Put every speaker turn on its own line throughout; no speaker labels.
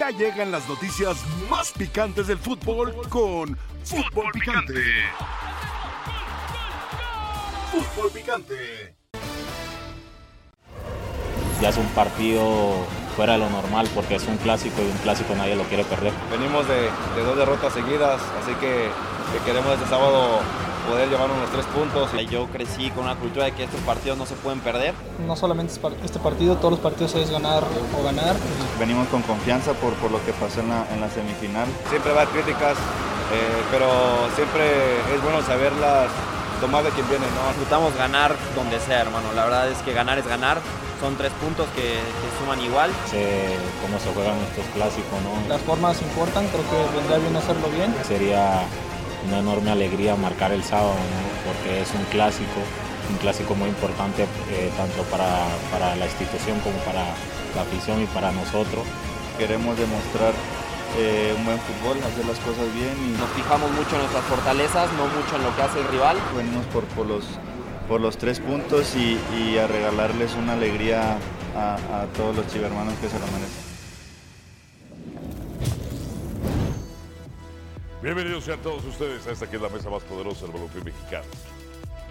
Ya llegan las noticias más picantes del fútbol con Fútbol Picante. Fútbol Picante.
Ya es un partido fuera de lo normal porque es un clásico y un clásico nadie lo quiere perder.
Venimos de, de dos derrotas seguidas, así que, que queremos este sábado poder llevarnos los tres puntos.
Yo crecí con una cultura de que estos partidos no se pueden perder.
No solamente es par- este partido, todos los partidos es ganar o ganar.
Venimos con confianza por, por lo que pasó en la, en la semifinal.
Siempre va a haber críticas, eh, pero siempre es bueno saberlas tomar de quien viene, ¿no?
Disfrutamos ganar donde sea, hermano. La verdad es que ganar es ganar. Son tres puntos que, que suman igual.
Sé cómo se juegan estos clásicos,
Las
¿no?
formas importan, creo que vendría bien hacerlo bien.
Sería una enorme alegría marcar el sábado, ¿no? Porque es un clásico, un clásico muy importante eh, tanto para, para la institución como para la afición y para nosotros.
Queremos demostrar eh, un buen fútbol, hacer las cosas bien
Nos fijamos mucho en nuestras fortalezas, no mucho en lo que hace el rival.
y venimos por, por, los, por los tres puntos y, y a regalarles una alegría a, a todos los chivermanos que se lo merecen.
Bienvenidos sean todos ustedes a esta que es la mesa más poderosa del balompié mexicano.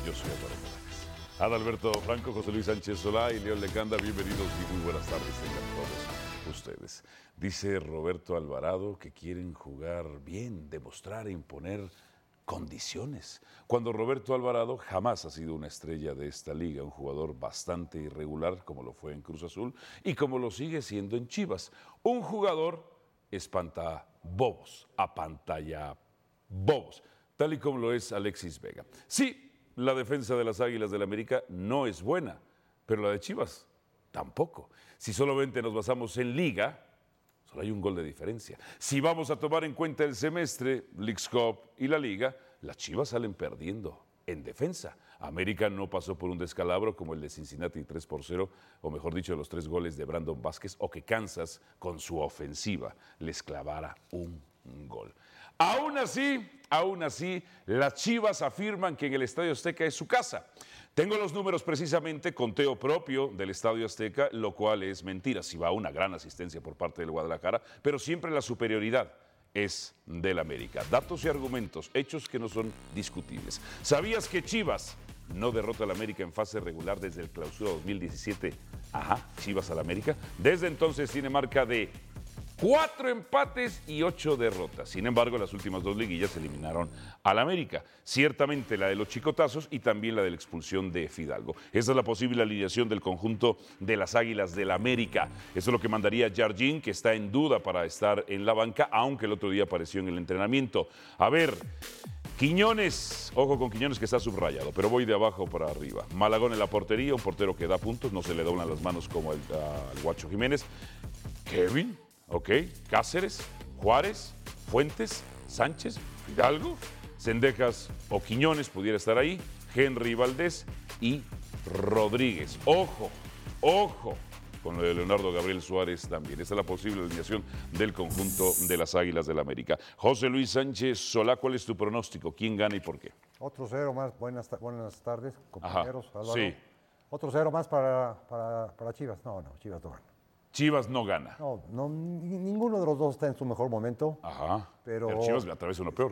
Yo soy Álvaro Morales. Adalberto Franco, José Luis Sánchez Solá y León Lecanda, bienvenidos y muy buenas tardes tengan todos ustedes. Dice Roberto Alvarado que quieren jugar bien, demostrar e imponer condiciones. Cuando Roberto Alvarado jamás ha sido una estrella de esta liga, un jugador bastante irregular como lo fue en Cruz Azul y como lo sigue siendo en Chivas. Un jugador espanta bobos, a pantalla bobos, tal y como lo es Alexis Vega. Sí, la defensa de las Águilas del América no es buena, pero la de Chivas tampoco. Si solamente nos basamos en liga, solo hay un gol de diferencia. Si vamos a tomar en cuenta el semestre, League's Cup y la liga, las Chivas salen perdiendo en defensa. América no pasó por un descalabro como el de Cincinnati 3 por 0, o mejor dicho, los tres goles de Brandon Vázquez, o que Kansas con su ofensiva les clavara un gol. Aún así, aún así, las Chivas afirman que en el Estadio Azteca es su casa. Tengo los números precisamente, conteo propio del Estadio Azteca, lo cual es mentira. Si va una gran asistencia por parte del Guadalajara, pero siempre la superioridad es del América. Datos y argumentos, hechos que no son discutibles. ¿Sabías que Chivas no derrota al América en fase regular desde el clausura 2017? Ajá, Chivas al América. Desde entonces tiene marca de Cuatro empates y ocho derrotas. Sin embargo, las últimas dos liguillas eliminaron al América. Ciertamente la de los chicotazos y también la de la expulsión de Fidalgo. Esa es la posible alineación del conjunto de las Águilas del América. Eso es lo que mandaría Jardín, que está en duda para estar en la banca, aunque el otro día apareció en el entrenamiento. A ver, Quiñones, ojo con Quiñones que está subrayado, pero voy de abajo para arriba. Malagón en la portería, un portero que da puntos, no se le doblan las manos como el- al Guacho Jiménez. Kevin, ok, Cáceres, Juárez, Fuentes, Sánchez, Hidalgo, Sendejas o Quiñones pudiera estar ahí, Henry Valdés y Rodríguez. Ojo, ojo con lo de Leonardo Gabriel Suárez también. Esta es la posible alineación del conjunto de las Águilas del América. José Luis Sánchez Solá, ¿cuál es tu pronóstico? ¿Quién gana y por qué?
Otro cero más. Buenas, ta- buenas tardes, compañeros. Álvaro.
sí.
Otro cero más para, para, para Chivas. No, no, Chivas no gana.
Chivas no gana.
No, no, ni- ninguno de los dos está en su mejor momento.
Ajá. Pero,
Pero-
Chivas le atraviesa uno peor.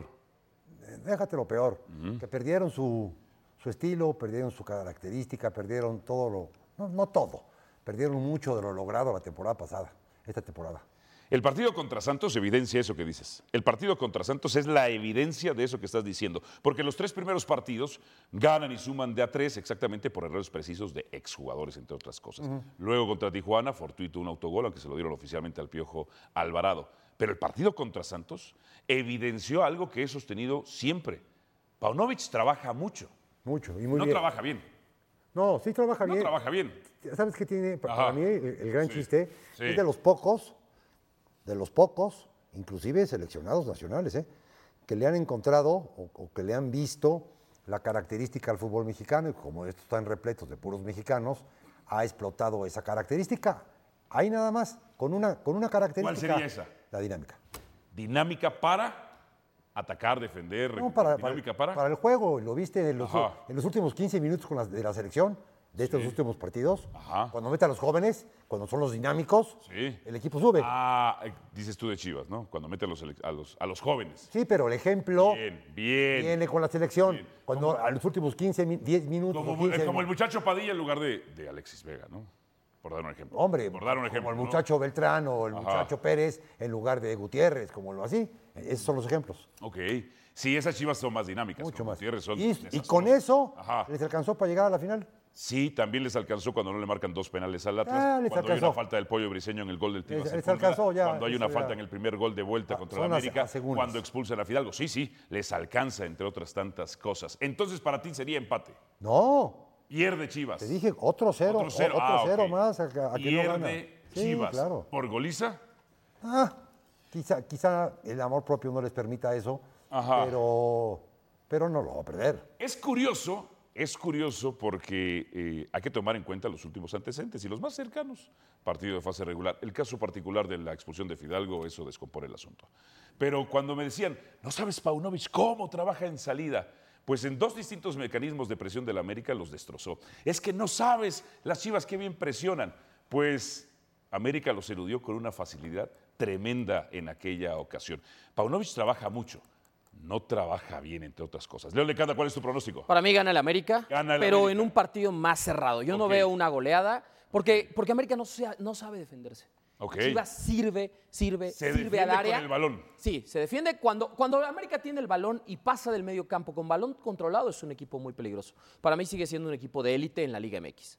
Eh, Déjate lo peor, que perdieron su, su estilo, perdieron su característica, perdieron todo lo... No, no todo, perdieron mucho de lo logrado la temporada pasada, esta temporada.
El partido contra Santos evidencia eso que dices. El partido contra Santos es la evidencia de eso que estás diciendo. Porque los tres primeros partidos ganan y suman de a tres exactamente por errores precisos de exjugadores, entre otras cosas. Luego contra Tijuana, fortuito un autogol, aunque se lo dieron oficialmente al Piojo Alvarado. Pero el partido contra Santos evidenció algo que he sostenido siempre. Paunovic trabaja mucho.
Mucho y muy
no
bien.
trabaja bien.
No, sí trabaja
No
bien.
trabaja bien.
¿Sabes qué tiene? Pa-
Ajá.
Para mí el, el gran
Sí,
chiste
sí.
es de los pocos, de los pocos, inclusive seleccionados nacionales, ¿eh? que le han encontrado o, o que le han visto la característica al fútbol mexicano y como estos están repletos de puros mexicanos, ha explotado esa característica. Ahí nada más, con una, con una característica.
sería esa?
La dinámica.
Dinámica para atacar, defender.
No, para, para-
dinámica para.
para el juego, lo viste en los,
Ajá.
en los últimos 15 minutos con la- de la selección, de estos últimos partidos,
Ajá.
cuando mete a los jóvenes, cuando son los dinámicos,
Sí.
el equipo sube.
Ah, eh, dices tú de Chivas, ¿no? Cuando mete a los, selec- a los, a los jóvenes.
Sí, pero el ejemplo
Bien, bien.
viene con la selección.
Bien.
Cuando a los últimos 15, mi- 10 minutos. o
Como,
15
como el muchacho Padilla en lugar de, de Alexis Vega, ¿no? Por dar un ejemplo.
Hombre,
por dar un ejemplo.
como el
¿no?
muchacho Beltrán o el muchacho Pérez en lugar de Gutiérrez, como lo así. Esos son los ejemplos.
Ok. Sí, esas Chivas son más dinámicas.
Mucho
con
más.
Gutiérrez son
y, y
desastrosas.
con eso
Ajá.
les alcanzó para llegar a la final.
Sí, también les alcanzó cuando no le marcan dos penales al Atlas.
Ah, les
cuando hay
alcanzó.
una falta del pollo briseño en el gol del Tigres.
Les-
en
les
Pulgar,
alcanzó, ya,
Cuando hay una
eso
falta
ya.
en el primer gol de vuelta
Ah,
contra el
son a-
América.
a segundas.
cuando expulsan a Fidalgo. Sí, sí, les alcanza, entre otras tantas cosas. Entonces, para ti sería empate.
No,
Pierde Chivas.
te dije otro cero.
Otro cero,
o- otro
Ah,
cero
ok.
más a, a que no gana.
Pierde Chivas.
Sí, claro.
¿Por goliza?
Ah, quizá, quizá el amor propio no les permita eso,
Ajá.
pero, pero no lo va a perder.
Es curioso, es curioso porque eh, hay que tomar en cuenta los últimos antecedentes y los más cercanos. Partido de fase regular. El caso particular de la expulsión de Fidalgo, eso descompone el asunto. Pero cuando me decían, no sabes Paunovic cómo trabaja en salida, pues en dos distintos mecanismos de presión de la América los destrozó. Es que no sabes las chivas qué bien presionan. Pues América los eludió con una facilidad tremenda en aquella ocasión. Paunovic trabaja mucho, no trabaja bien, entre otras cosas. Leo Lecanda, ¿cuál es tu pronóstico?
Para mí gana el América,
Gana el
pero
América.
en un partido más cerrado. Yo no
Ok.
veo una goleada, porque, porque América no, sea- no sabe defenderse.
Ok.
Chivas sirve,
Eh,
sirve,
Se
sirve al
defiende
área.
con el balón.
Sí, se defiende cuando, cuando América tiene el balón y pasa del medio campo con balón controlado, es un equipo muy peligroso. Para mí sigue siendo un equipo de élite en la Liga MX.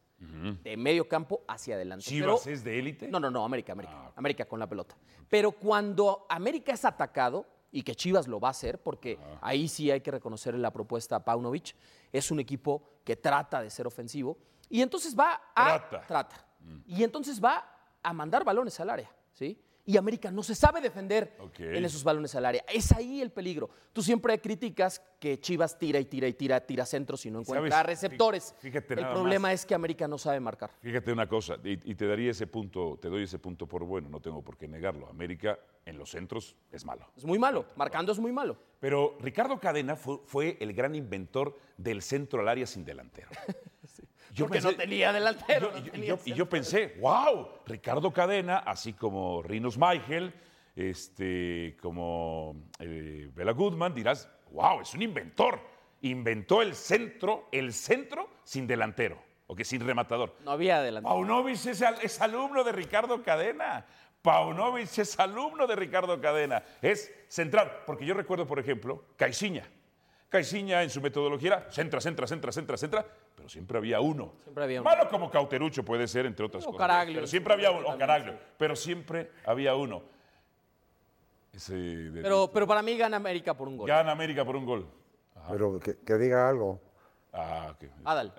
De medio campo hacia adelante.
¿Chivas
Pero-
es de élite?
No, no, no, América, América.
Ah,
América con la pelota. Pero cuando América es atacado, y que Chivas lo va a hacer, porque
Ah.
ahí sí hay que reconocer la propuesta a Paunovic, es un equipo que trata de ser ofensivo, y entonces va a...
Trata. Mm.
Y entonces va a mandar balones al área, ¿sí? Y América no se sabe defender
Ok.
en esos balones al área. Es ahí el peligro. Tú siempre criticas que Chivas tira y tira y tira, tira centros y no
sabes,
encuentra receptores.
fí- fíjate
el
nada
problema es que América no sabe marcar.
Fíjate una cosa, y, y te daría ese punto, te doy ese punto por bueno, no tengo por qué negarlo. América en los centros es malo.
Es muy malo. Marcando es muy malo.
Pero Ricardo Cadena fue, fue el gran inventor del centro al área sin delantero. Yo
porque no tenía delantero,
yo-
no
yo-
tenía
yo- y yo pensé, wow, Ricardo Cadena, así como Rinos Michael, este, como eh, Bela Goodman, dirás, wow, es un inventor. Inventó el centro, el centro sin delantero, o que sin rematador.
No había
Ah,
delantero.
Paunovic es, al- es alumno de Ricardo Cadena. Paunovic es alumno de Ricardo Cadena. Es central. Porque yo recuerdo, por ejemplo, Caixinha. Caixinha en su metodología era centra, centra, centra, centra, centra, pero siempre había uno.
Siempre había uno.
Malo como Cauterucho puede ser, entre otras
O
cosas.
Caraglio.
Pero siempre había uno. O Caraglio. Pero siempre había uno. Ese de-
Pero, pero para mí gana América por un gol.
Gana América por un gol.
Pero que, que diga algo.
Ah, ok.
Adal.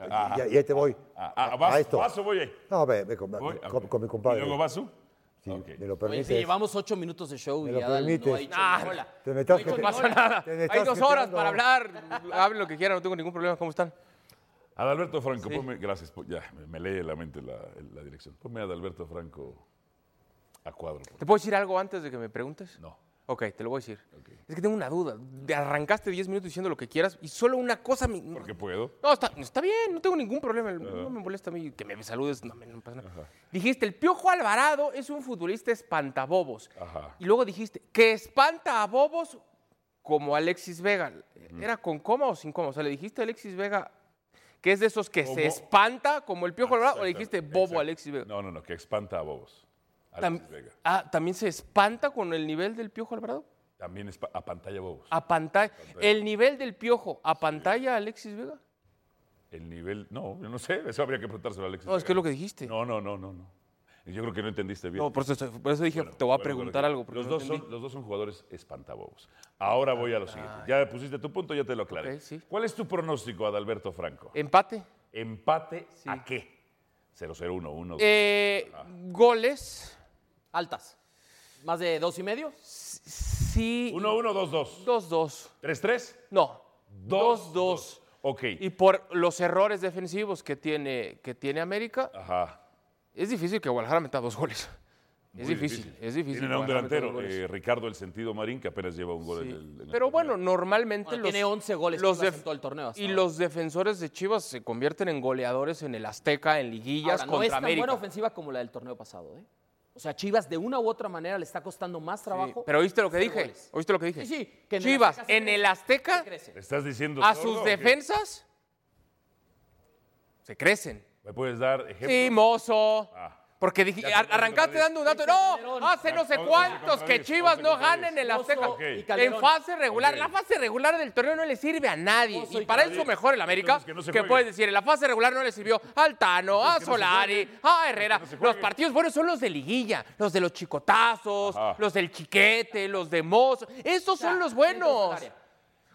Y, y ahí te voy.
Ah, ah,
A-
vas-
a esto.
vas o voy ahí.
No, ve, ve con,
Voy,
con-
ok.
con mi compadre.
¿Y luego Vaso?
Si
Ok.
me lo
Oye,
permites.
si pues, llevamos ocho minutos de show
Me
y
lo
Adal no ha
permites.
dicho
Ah,
ni hola.
te me
No
estás
ha dicho
que-
ni
te-
hola.
nada.
Te me
Hay
estás
dos horas
jeteando.
para hablar. Hablen lo que quieran, no tengo ningún problema. ¿Cómo están?
Adalberto Franco, ponme, gracias, po- ya me, me lee la mente la, la dirección. Ponme a Adalberto Franco a cuadro. por-
¿Te puedo decir algo antes de que me preguntes?
No.
Ok, te lo voy a decir. Es que tengo una duda. Te arrancaste 10 minutos diciendo lo que quieras y solo una cosa me...
¿Por qué puedo?
No, está, está bien, no tengo ningún problema. No me molesta a mí que me saludes, no, me- no pasa nada. Dijiste, el Piojo Alvarado es un futbolista espantabobos.
Ajá.
Y luego dijiste, que espanta a bobos como Alexis Vega. ¿Era con coma o sin coma? O sea, le dijiste a Alexis Vega que es de esos que
Como-
se espanta como el Piojo Alvarado o le
Exacto,
dijiste bobo
exacto.
a Alexis Vega.
No, no, no, que espanta a bobos. Alexis
Tam-
Vega.
ah, ¿También se espanta con el nivel del Piojo Alvarado?
También espa- a pantalla bobos.
A pantalla. ¿El nivel del Piojo a pantalla Alexis Vega?
El nivel, no, yo no sé, eso habría que preguntárselo a Alexis.
No, es
Vega.
que es lo que dijiste.
No, no, no, no, no. Yo creo que no entendiste bien.
No, por eso, por eso dije,
Bueno,
te voy a
bueno,
preguntar
bueno.
algo. porque
Los,
no
dos
entendí.
son, los dos son jugadores espantabobos. Ahora voy a lo siguiente. Ya pusiste tu punto, ya te lo aclaré.
Ah, Ok, sí.
¿Cuál es tu pronóstico, Adalberto Franco?
Empate.
¿Empate a qué? 0-0-1-1.
Eh, goles.
Altas. ¿Más de dos y medio?
Sí.
1-1-2-2.
2-2.
3-3.
No.
2-2.
2-2.
Ok.
Y por los errores defensivos que tiene, que tiene América,
Ajá.
es difícil que Guadalajara meta dos goles. Es difícil, es difícil
Tienen a un
jugar a meter
delantero,
los goles.
eh, Ricardo El Sentido Marín, que apenas lleva un gol
Sí.
en el. en el-
Pero bueno, normalmente
Bueno,
los.
tiene 11 goles
los
Chivas
def-
en todo el torneo hasta
Y
ahora.
los defensores de Chivas se convierten en goleadores en el Azteca, en liguillas
Ahora, no
contra
es tan
América.
buena ofensiva como la del torneo pasado. ¿eh? O sea, Chivas de una u otra manera le está costando más trabajo.
Sí, Pero oíste lo que
hacer
dije.
goles.
¿Oíste lo que dije?
Sí, sí, que en el
Chivas,
Azteca sí
en
crece,
el Azteca,
crece.
¿Le estás diciendo.
a
sordo
sus
o qué?
defensas se crecen.
¿Me puedes dar ejemplo?
Sí, mozo.
Ah.
Porque dije-
Ya te
ar-
puedes
arrancaste
contradecir.
dando un dato.
Calderón.
No, hace no sé
Once
cuántos
contra
que
diez,
Chivas
once
no
contra
ganan
diez.
el Azteca.
Ok. y
Calderón.
En fase regular,
Ok.
la fase regular del torneo no le sirve a nadie.
Mozo
Y
y
para
Calderón.
eso mejor el América,
Entonces que no se
que
juegue.
puedes decir, en la fase regular no le sirvió al Tano,
que
a
no se
Solari,
juegue.
a Herrera.
Que no se
Los
juegue.
partidos buenos son los de liguilla, los de los chicotazos,
Ajá.
los del chiquete, los de mozo. Esos son
Ya,
los
centros
buenos.
al área.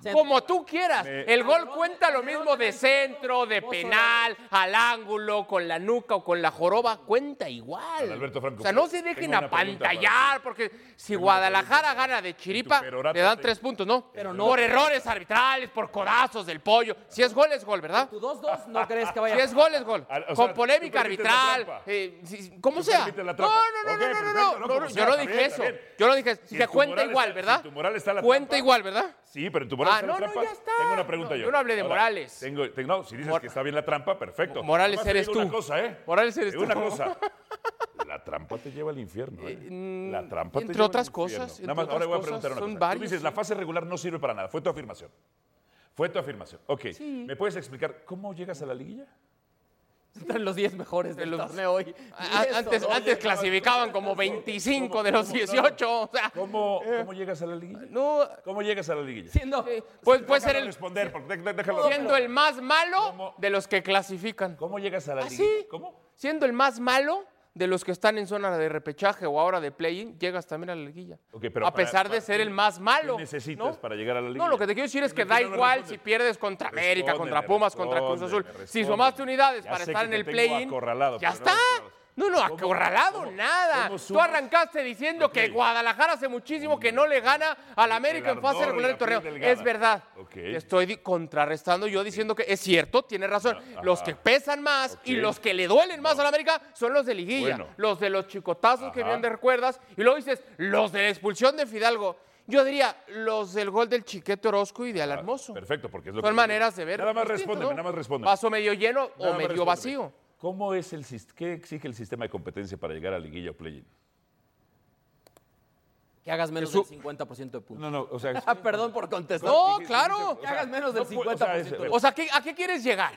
Centros
Como
al
tú quieras.
Me-
El gol
Calderón-
cuenta lo
Calderón
mismo de
era el
centro, de
Mozo
penal, al ángulo, con la nuca o con la joroba. Cuenta igual.
Alberto Franco,
o sea, no
pues,
se dejen
tengo una pregunta para
apantallar, porque si Guadalajara gana de
Y
Chiripa,
tu perorata
le dan
te-
tres puntos, ¿no?
Pero no.
Por errores arbitrales, por codazos del pollo. Si es gol, es gol, ¿verdad?
Tu 2-2 no crees que vaya
Si es gol, es gol.
Al- o sea,
Con
tú
polémica
permites la
arbitral,
trampa.
eh, si- ¿cómo
Tú
sea?
permites
No,
la
no,
trampa.
no,
Ok,
no, no,
perfecto,
no,
no, como sea,
no, Yo no
está
dije
bien,
eso.
está bien.
Yo no dije eso.
Si
Se
en tu
cuenta
moral
igual,
está- si
¿verdad?
tu moral está la
Cuenta
trampa.
igual, ¿verdad?
Sí, pero en tu moral
Ah,
está la
no, no,
trampa.
ya está.
Tengo una pregunta
No,
yo.
yo no hablé de Morales.
tengo- tengo- no, si dices
Mor-
que está bien la trampa, perfecto.
Morales
Nomás te
eres
digo una
tú.
cosa, ¿eh?
Morales
Te
eres
digo
tú.
una cosa. La trampa te lleva al infierno. ¿eh? La trampa te
mm, entre
lleva al
otras
infierno.
cosas, entre
Nada más, ahora
otras
voy a preguntar
cosas,
una
son
cosa.
varios,
Tú dices,
sí.
la fase regular no sirve para nada. Fue tu afirmación. Fue tu afirmación. Ok. ¿Me puedes explicar cómo llegas a la liguilla?
Entran los 10 mejores del torneo hoy.
A-
Y eso,
antes
¿no?
antes clasificaban como 25 de los 18. O sea,
¿Cómo,
Eh.
cómo llegas a la liguilla?
no.
¿Cómo llegas a la liguilla?
Siendo-
Pues puede ser
Déjalo
el,
responder, porque dé- dé- déjalo.
siendo el más malo
¿Cómo?
de los que clasifican.
¿Cómo llegas a la
¿Ah,
liguilla?
sí?
¿Cómo?
Siendo el más malo de los que están en zona de repechaje o ahora de play-in, llegas también a la liguilla.
Ok, pero
a
para-
pesar
para-
de ser el más malo.
¿Qué necesitas
¿no?
para llegar a la liguilla?
No, lo que te quiero decir es que
Me
da
quiero no
igual si
responde.
pierdes contra América, contra
Respóndeme,
Pumas, contra Cruz
respóndeme,
Azul. Si
respóndeme.
sumaste unidades
Ya
para
sé
estar
que
en
te
el
tengo
play-in,
acorralado,
ya
pero no
está. No, no,
¿Cómo-
acorralado
cómo-
nada.
cómo
Tú
sumas?
arrancaste diciendo
Ok.
que Guadalajara hace muchísimo que no le gana al América en fase
ardor y
regular del
la piel
torneo.
delgada.
Es verdad.
Ok.
Te Estoy di- contrarrestando yo diciendo que es cierto, tienes razón.
Ah,
Los
ajá.
que pesan más y
Ok.
los que le duelen más al América son los de liguilla,
Bueno.
los de los chicotazos que
Ajá.
vienen de recuerdas y luego dices los de la expulsión de Fidalgo. Yo diría los del gol del Chiquete Orozco y de Alan Mozo.
Ah, Perfecto, porque es lo que.
Son
yo
maneras
digo.
de ver.
Nada más
distinto,
respóndeme,
¿no?
nada más respóndeme.
Vaso medio lleno
Nada
o
más
medio
respóndeme.
vacío.
¿Cómo es el sis- qué exige el sistema de competencia para llegar a liguilla o play-in?
Que hagas menos
Que su-
del 50% de puntos.
No, no, o sea, es-
Ah, perdón por contestar.
No, claro.
Que hagas menos del
no puede-
50%.
o sea, es-
de
O sea, ¿qué- ¿a qué quieres llegar?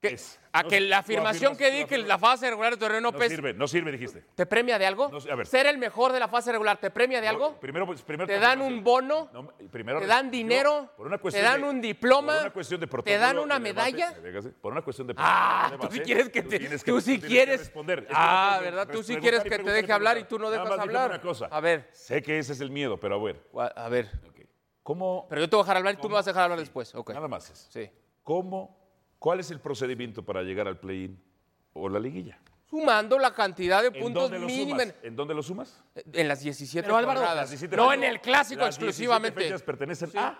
Que-
Es-
a
no
que
sé,
la
tú
afirmación
afirmas-
que
tú
di que
afirmas-
la fase regular del torneo no, pues,
no
pesa.
sirve, no sirve, dijiste.
¿Te premia de algo?
No sé, a ver.
Ser el mejor de la fase regular, ¿te premia de algo?
Primero, pues, primero
¿Te dan un bono?
No, primero-
¿Te dan
yo,
dinero?
por una
¿Te
cuestión
dan
de-
un diploma?
por una cuestión de
¿Te
protocolo
dan una
de debate,
medalla?
me dejas, eh, por una cuestión de
Ah,
protocolo de
tú sí
debate,
quieres que te-
tienes
tú sí
tienes
quieres-
responder. Es que
Ah,
no puedes
¿verdad? Tú sí
preguntar
quieres
y
que te
preguntar y
deje hablar y
preguntar.
tú no
Nada
dejas
más dígame una
hablar.
cosa.
A ver.
Sé que ese es el miedo, pero a ver,
A ver.
¿cómo
Pero yo te voy a dejar hablar y tú me vas a dejar hablar después. Ok.
nada más es?
Sí.
¿Cómo cuál es el procedimiento para llegar al play-in o la liguilla?
Sumando la cantidad de
¿En
puntos
dónde lo
mínima en,
sumas? ¿En dónde lo sumas?
en las 17
Pero, Álvaro,
jornadas.
Las 17
no en
fechas-
el clásico
las 17
exclusivamente.
fechas pertenecen a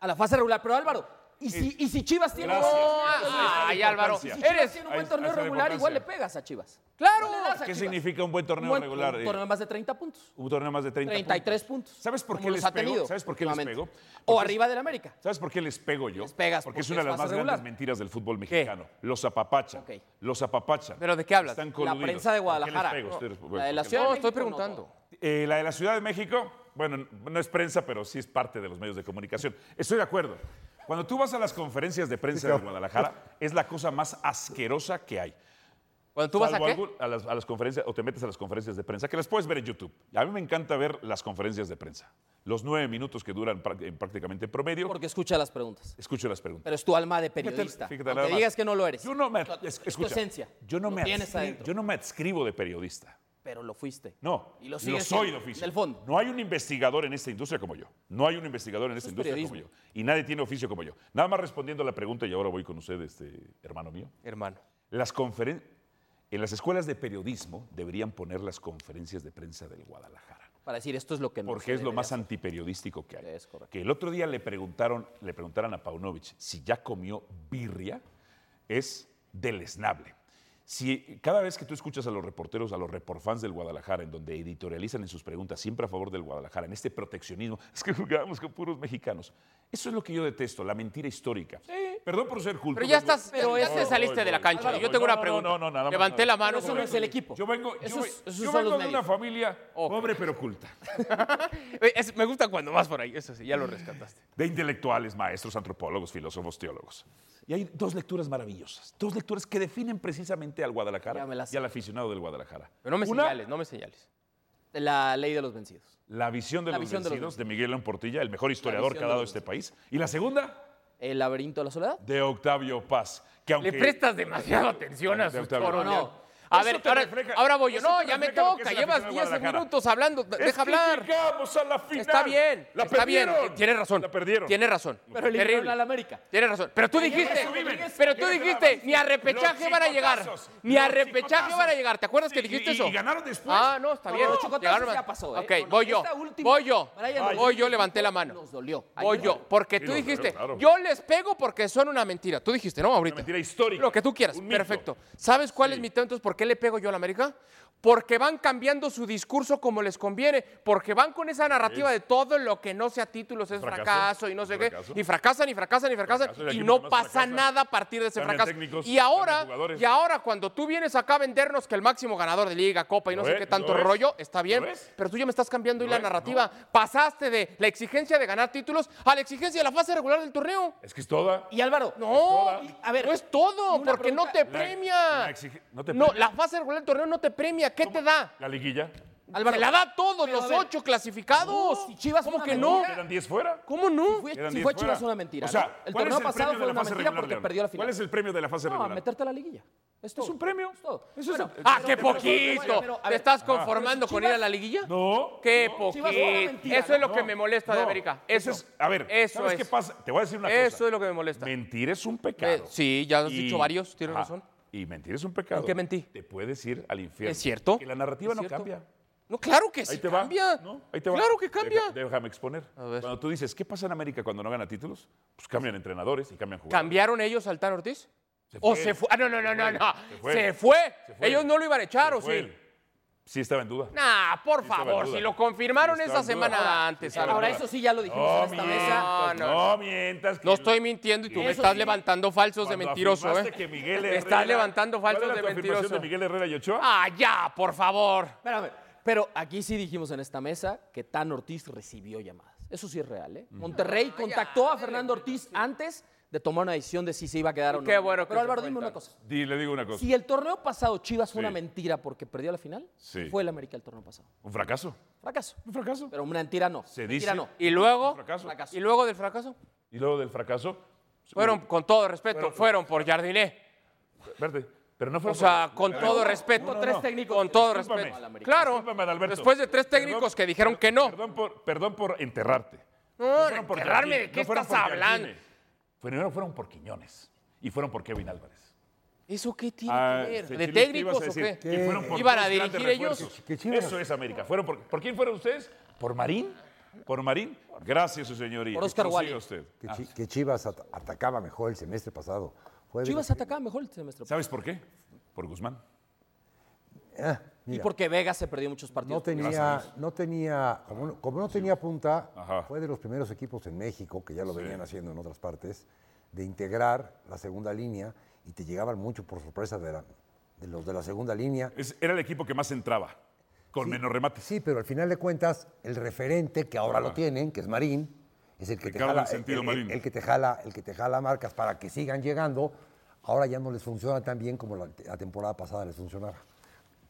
A la fase regular. Pero Álvaro, ¿y si, y si Chivas tiene
Gracias.
No,
ah,
Ahí está la
ay, Álvaro.
importancia.
Si Chivas
Eres
tiene un
Ahí-
buen torneo
ahí está la
regular, igual le
importancia.
pegas a Chivas.
Claro.
No le das a
¿Qué
Chivas.
significa un buen
Un
torneo
buen-
regular?
Un
eh?
torneo más de 30 puntos.
Un torneo más de 30
33 puntos.
¿Sabes por
como
qué
los
les
ha
pego?
tenido
¿Sabes por qué les
últimamente.
pego? Pues
O
Porque-
arriba del América.
¿Sabes por qué les pego yo?
Les pegas
porque, es
porque
una de
es
las más
fase
grandes
regular.
mentiras del fútbol mexicano. Los apapachan.
Ok.
Los apapachan.
¿Pero de qué hablas?
Están
La
coludidos.
La prensa de
¿Por qué les
Guadalajara.
pego? Estoy-
No,
bueno,
la de la
porque-
Ciudad de
No,
México
estoy preguntando.
Eh, la de la Ciudad de México, bueno, no es prensa, pero sí es parte de los medios de comunicación. Estoy de acuerdo. Cuando tú vas a las conferencias de prensa de Guadalajara, es la cosa más asquerosa que hay.
Cuando tú vas a
Salvo
qué?
algún- a las, a las conferencias o te metes a las conferencias de prensa, que las puedes ver en YouTube. A mí me encanta ver las conferencias de prensa. Los nueve minutos que duran prá- en prácticamente promedio,
Porque escucha las preguntas.
escucho las preguntas.
Pero es tu alma de
Fíjate-
periodista.
fíjate
Aunque
nada más.
digas que no lo eres.
Yo no me,
tu
es- escucha,
esencia.
Yo no,
Lo
me
tienes
adscri-
adentro.
yo no me adscribo de periodista.
Pero lo fuiste.
No,
Y lo
lo
sigues
soy de
siendo,
oficio.
en el fondo.
No hay un investigador en esta industria como yo. No hay un investigador en esta
es
industria como
periodismo.
yo. Y nadie tiene oficio como yo. Nada más respondiendo a la pregunta, y ahora voy con usted, este, hermano mío.
Hermano.
Las conferen- en las escuelas de periodismo deberían poner las conferencias de prensa del Guadalajara.
Para decir esto es lo que no se
Porque es lo
debería
más
hacer.
antiperiodístico que hay.
Es correcto.
Que el otro día le preguntaron, le preguntaran a Paunovic si ya comió birria, es deleznable. Si cada vez que tú escuchas a los reporteros, a los reporfans del Guadalajara, en donde editorializan en sus preguntas siempre a favor del Guadalajara, en este proteccionismo, es que jugamos con puros mexicanos. Eso es lo que yo detesto, la mentira histórica. Perdón por ser culto.
Pero ya
vengo-
estás- pero ya te saliste de la cancha. Yo tengo
no,
una pregunta.
No, no, no, nada más.
Levanté la mano. Pero eso
Yo
no
vengo-
es el equipo.
Yo vengo, yo
Esos-
ve-
esos
yo
son
vengo
los
de una
medios.
familia pobre pero culta.
Eh, es- me gusta cuando vas por ahí. Eso sí, ya lo rescataste.
de intelectuales, maestros, antropólogos, filósofos, teólogos. Y hay dos lecturas maravillosas, dos lecturas que definen precisamente al Guadalajara y al aficionado del Guadalajara.
Pero no me
Una-
señales, no me señales.
La ley de los vencidos.
La visión de
La
los
visión de los
vencidos de, Miguel León Portilla, el mejor historiador que
visión
ha
de
dado
los
este país. Y la segunda,
El laberinto de la soledad.
de Octavio Paz, que aunque
Le prestas demasiada atención a
De
sus
Octavio.
coros.
No, no.
León. A
Eso
ver,
te
ahora,
refleja-
ahora voy yo.
eso
No,
te
ya me
refleja lo que
toca.
es el
Llevas
aficionado de
10
Guadalajara.
minutos hablando.
Es
Deja
que
hablar.
llegamos a la final.
Está bien,
La
está bien.
perdieron.
Tienes razón.
La perdieron.
Tienes razón.
Pero eliminaron
Terrible.
al América.
Tienes razón. Pero tú dijiste,
eso viven.
pero tú
Quieren
dijiste,
ganar.
ni a repechaje
Los
van a llegar.
chicotazos.
Ni a
Los
repechaje
chicotazos.
van a llegar. ¿Te acuerdas que
Sí, y-
dijiste
y-
eso?
y ganaron después.
Ah, no, está
No,
bien.
los
chicotazos
Llegaron-
ya pasó, ¿eh?
Ok,
No, no,
voy yo.
esta última-
Voy yo.
Brian,
Voy
Brian,
yo, levanté la mano.
Nos dolió. Ahí
Voy
nos
yo.
dolió.
Porque
Sí,
tú
nos dolió,
dijiste,
claro.
yo les pego porque son una mentira. Tú dijiste, ¿no? Ahorita.
mentira histórica,
Lo que tú quieras.
un mito.
Perfecto. ¿Sabes cuál es
Sí.
mi tema? Entonces, ¿por qué le pego yo a la América? Porque van cambiando su discurso como les conviene, porque van con esa narrativa de todo lo que no sea títulos es
Fracaso,
fracaso, y no sé
fracaso.
qué, y fracasan y fracasan y fracasan
Fracaso, el
y
equipo
no
que más
pasa
fracasa.
nada a partir de ese
Cambian
fracaso.
técnicos,
y ahora,
cambian jugadores.
y ahora cuando tú vienes acá a vendernos que el máximo ganador de liga, copa y no
¿Lo
sé
ves?
qué tanto
¿Lo ves?
rollo, está bien,
¿Lo ves?
pero tú ya me estás cambiando y
¿Lo
la
ves?
narrativa. Pasaste de la exigencia de ganar títulos a la exigencia de la fase regular del torneo.
Es que es toda.
Y Álvaro.
No,
y- a ver,
no es todo,
una
porque no
pregunta-
te premia.
la exige- ¿no te
No,
premia?
la fase regular del torneo no te premia. ¿Qué te da?
La liguilla.
Álvaro.
Se la da a todos
Pero,
los
a ver,
ocho clasificados.
no, si Chivas
¿Cómo
fue
que
una
no?
mentira.
Quedan 10 fuera.
¿Cómo no?
Fue-
Quedan
si
10
fue
fuera.
Chivas una mentira.
O
¿no?
sea,
El
¿cuál
torneo
es el
pasado
premio
fue
de la
una
fase
mentira
regular,
porque
León?
perdió la final.
¿Cuál es el premio de la fase
No, a
regular?
meterte a la liguilla. Es, todo.
un premio.
Es todo.
Eso es-
Bueno,
Ah,
Ah,
pero-
qué
pero- pero, a
poquito. ¿Te
ver, Ah.
estás
pero si
conformando con ir
Chivas-
a la liguilla?
No.
Qué
No, Chivas fue una
poquito.
mentira,
Eso es lo
No,
que me molesta de
no.
América.
Eso
Eso
es, a ver,
eso
¿sabes
es.
qué pasa? Te voy a decir una cosa.
Eso es lo que me molesta.
Mentir es un pecado.
Eh, sí, ya has dicho varios, tienes
Ajá.
razón.
Y mentir es un pecado.
¿En qué mentí?
Te puedes ir al infierno.
¿Es cierto?
Que la narrativa
¿Es
no
cierto?
cambia.
No, claro que sí.
Ahí te
cambia.
va. ¿no? Ahí te va.
Claro que cambia.
Deja- déjame exponer.
A ver.
Cuando tú dices, ¿qué pasa en América cuando no gana títulos? Pues cambian entrenadores y cambian jugadores.
¿Cambiaron ellos al Tan Ortiz? ¿O
fue
se
él.
fue? Ah, no, no, no,
Se
no.
fue
no.
él.
Se,
Se
fue.
fue él. Se fue
Ellos
él.
no lo iban a echar, ¿o
Fue
sí?
él. Sí estaba en duda.
Nah, por
estaba en
favor,
duda.
si lo confirmaron
Sí estaba
esa
en duda.
semana
Ahora,
antes.
sí estaba en
Álvaro.
Ahora,
duda.
eso sí ya lo dijimos
No
en esta mesa.
mientas,
No,
no,
no.
mientas. que-
No estoy mintiendo y tú me
Eso
estás
sí.
levantando falsos de
Cuando
mentiroso,
afirmaste
¿eh?
que Miguel
Me
Herrera-
estás levantando
¿Cuál
falsos
era
de
tu afirmación
mentiroso.
de Miguel Herrera y Ochoa?
Ah, ya, por favor.
Espérame. Pero aquí sí dijimos en esta mesa que Tan Ortiz recibió llamadas. Eso sí es real, ¿eh?
Mm. Ah,
Monterrey contactó a Fernando Ortiz antes de tomar una decisión de si se iba a quedar o no.
Qué bueno que
Pero
se
Álvaro,
fue
dime
el
una
Tan.
cosa.
Di, le digo una cosa.
Si el torneo pasado Chivas fue
Sí.
una mentira porque perdió la final,
Sí.
fue el América el torneo pasado.
Un fracaso.
Fracaso.
Un fracaso.
Pero una mentira no.
Se
mentira
dice-
no.
Y luego,
Fracaso.
y luego del fracaso,
Y luego del fracaso.
fueron, con todo respeto,
Fueron-
fueron por Jardiné.
Espérate, pero no fue
O sea, con todo respeto.
no, no. Tres técnicos
Con
que
todo
discúlpame.
respeto.
Discúlpame,
Claro.
Discúlpame, Adalberto.
Después de tres
Perdón,
técnicos que dijeron que no.
Perdón por, perdón por enterrarte.
No,
fueron por
enterrarme,
Jardine,
¿de qué
no fueron
estás
por Jardine.
hablando?
Fueron, fueron por Quiñones y fueron por Kevin Álvarez.
¿Eso qué tiene que ver?
sí,
¿De
Ah, Chile,
técnicos
ibas a
o
decir?
qué?
Que fueron por
¿Iban a
dos grandes
dirigir ellos?
refuerzos.
Que Chivas-
Eso es América. Fueron por, ¿Por quién fueron ustedes? ¿Por Marín? ¿Por Marín? Gracias, su señoría.
Por Oscar
Prosiga
Wally.
usted.
Que, Chi- que Chivas at- atacaba mejor el semestre pasado. Fue de
Chivas
los-
atacaba mejor el semestre.
¿Sabes por qué? Por Guzmán.
Ah,
Y
mira,
porque Vega se perdió muchos partidos.
no tenía, no tenía, como no, como no tenía punta,
Ajá.
fue de los primeros equipos en México, que ya lo venían haciendo en otras partes, de integrar la segunda línea y te llegaban mucho por sorpresa de, la- de los de la segunda línea.
Es- era el equipo que más entraba, con menos remates.
Sí, pero al final de cuentas, el referente que ahora lo tienen, que es Marín, es el que te
Ricardo
jala,
Ah. en sentido
el, el-
Marín.
el que te jala, el que te jala marcas para que sigan llegando. Ahora ya no les funciona tan bien como la, la temporada pasada les funcionaba.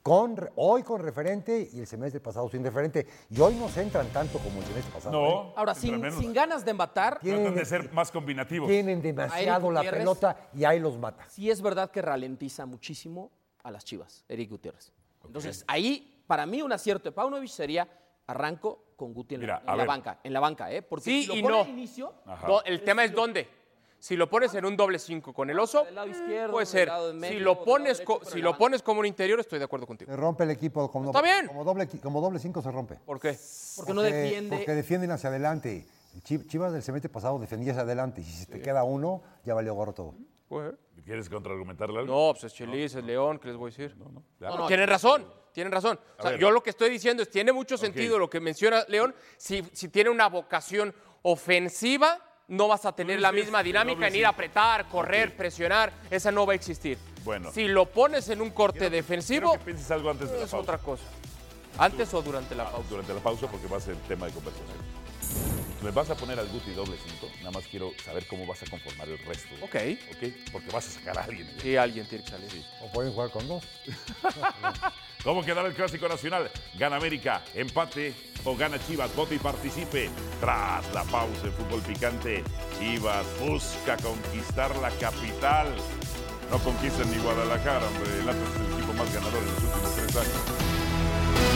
Con, re- hoy con referente y el semestre pasado sin referente. Y hoy no se entran tanto como el semestre pasado. ¿eh?
No.
Ahora,
entre
sin,
menos.
sin ganas de embatar,
Tratan de
Tienen-
ser más combinativos.
Tienen demasiado la
Gutiérrez.
pelota y ahí los mata.
sí es verdad que ralentiza muchísimo a las Chivas, Eric Gutiérrez. Entonces, ahí, para mí, un acierto de Paunovic sería arranco con Guti en, la-
Mira,
en
a
la
ver.
banca. En la banca, ¿eh? Porque
Sí
si lo
y
pone
no. Ah.
al inicio,
Do- el tema es dónde. Si lo pones en un doble 5 con el oso,
Del lado izquierdo,
puede
del
ser.
lado de
si
medio,
lo
del
pones,
lado
co-
derecho, pero
si
en
lo
la
pones como un interior, estoy de acuerdo contigo.
Se rompe el equipo como,
Está bien.
como doble qui- como doble cinco se rompe.
¿Por qué?
porque no defiende.
Porque defienden hacia adelante. Chi- Chivas del semestre pasado defendía hacia adelante. Y si se te queda uno, ya valió gorro todo.
Pues, ¿Quieres contraargumentarle algo?
No, pues es Chelis, es León, ¿qué les voy a decir? No, no.
Claro.
tienen razón, tienen razón. O sea,
ver.
yo lo que estoy diciendo es, tiene mucho sentido lo que menciona León. Si, si tiene una vocación ofensiva, no vas a tener la
dices
misma
que no
dinámica en ir
visita.
a apretar, correr, presionar. Esa no va a existir.
Bueno.
Si lo pones en un corte
Quiero
defensivo,
que pienses algo antes de la
es
pausa.
otra cosa. ¿Antes o durante la pausa?
Durante la pausa porque va a ser tema de conversación. Me vas a poner al Guti doble cinco. Nada más quiero saber cómo vas a conformar el resto.
Ok.
¿Ok? Porque vas a sacar a alguien.
Sí, alguien tiene que salir.
O pueden jugar con dos.
¿Cómo quedará el Clásico Nacional? ¿Gana América? ¿Empate? ¿O gana Chivas? Vote y participe. Tras la pausa en fútbol picante, Chivas busca conquistar la capital. No conquistan ni Guadalajara, hombre. El Atlas es el equipo más ganador en los últimos tres años.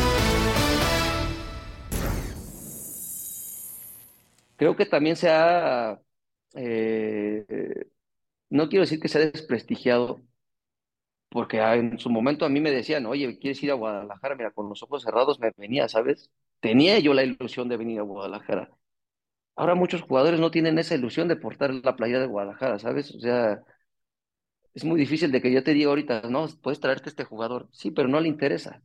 creo que también se ha, eh, no quiero decir que se ha desprestigiado, porque a- en su momento a mí me decían, oye, ¿quieres ir a Guadalajara? Mira, con los ojos cerrados me venía, ¿sabes? Tenía yo la ilusión de venir a Guadalajara. Ahora muchos jugadores no tienen esa ilusión de portar la playa de Guadalajara, ¿sabes? O sea, es muy difícil de que yo te diga ahorita, no, puedes traerte este jugador. Sí, pero no le interesa.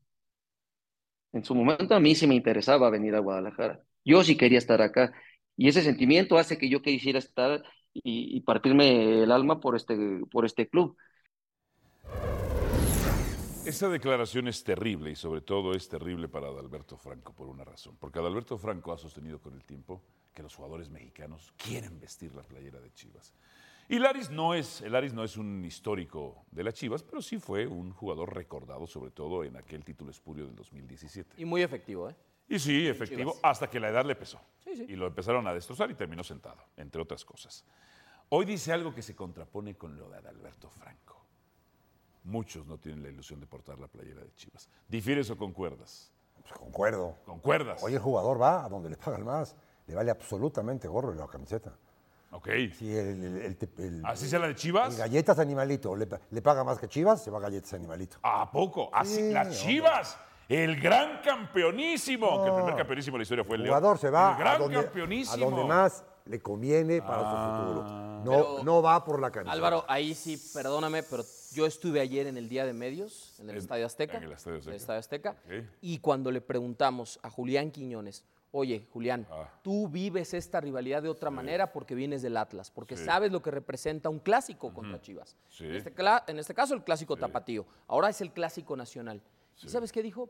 En su momento a mí sí me interesaba venir a Guadalajara. Yo sí quería estar acá. Y ese sentimiento hace que yo quisiera estar y, y partirme el alma por este, por este club.
Esa declaración es terrible y sobre todo es terrible para Adalberto Franco por una razón. Porque Adalberto Franco ha sostenido con el tiempo que los jugadores mexicanos quieren vestir la playera de Chivas. Y Laris no es, el Laris no es un histórico de las Chivas, pero sí fue un jugador recordado sobre todo en aquel título espurio del 2017.
Y muy efectivo, ¿eh?
Y sí, efectivo,
Chivas.
hasta que la edad le pesó.
Sí, sí.
Y lo empezaron a destrozar y terminó sentado, entre otras cosas. Hoy dice algo que se contrapone con lo de Adalberto Franco. Muchos no tienen la ilusión de portar la playera de Chivas. ¿Difieres o concuerdas?
Pues concuerdo.
Concuerdas.
Hoy el jugador va a donde le pagan más. Le vale absolutamente gorro la camiseta.
Ok.
Si el, el- el te- el-
¿Así sea la de
el
Chivas?
galletas animalito. Le, pa- le paga más que Chivas, se va a galletas animalito.
¿A poco? Así,
Sí,
las
hombre.
Chivas. El gran campeonísimo. Aunque el primer campeonísimo de la historia fue el
El
León.
jugador se va
El gran
a, donde,
campeonísimo.
a donde más le conviene para su futuro. No, no va por la camiseta.
Álvaro, ahí sí, perdóname, pero yo estuve ayer en el Día de Medios, en el
En-
Estadio Azteca.
en el Estadio Azteca.
Azteca,
Ok.
Y cuando le preguntamos a Julián Quiñones, oye, Julián,
Ah.
tú vives esta rivalidad de otra manera porque vienes del Atlas, porque
Sí.
sabes lo que representa un clásico contra Chivas.
Sí.
En, este, cla- en este caso, el clásico tapatío. Ahora es el clásico nacional. ¿Y sabes qué dijo?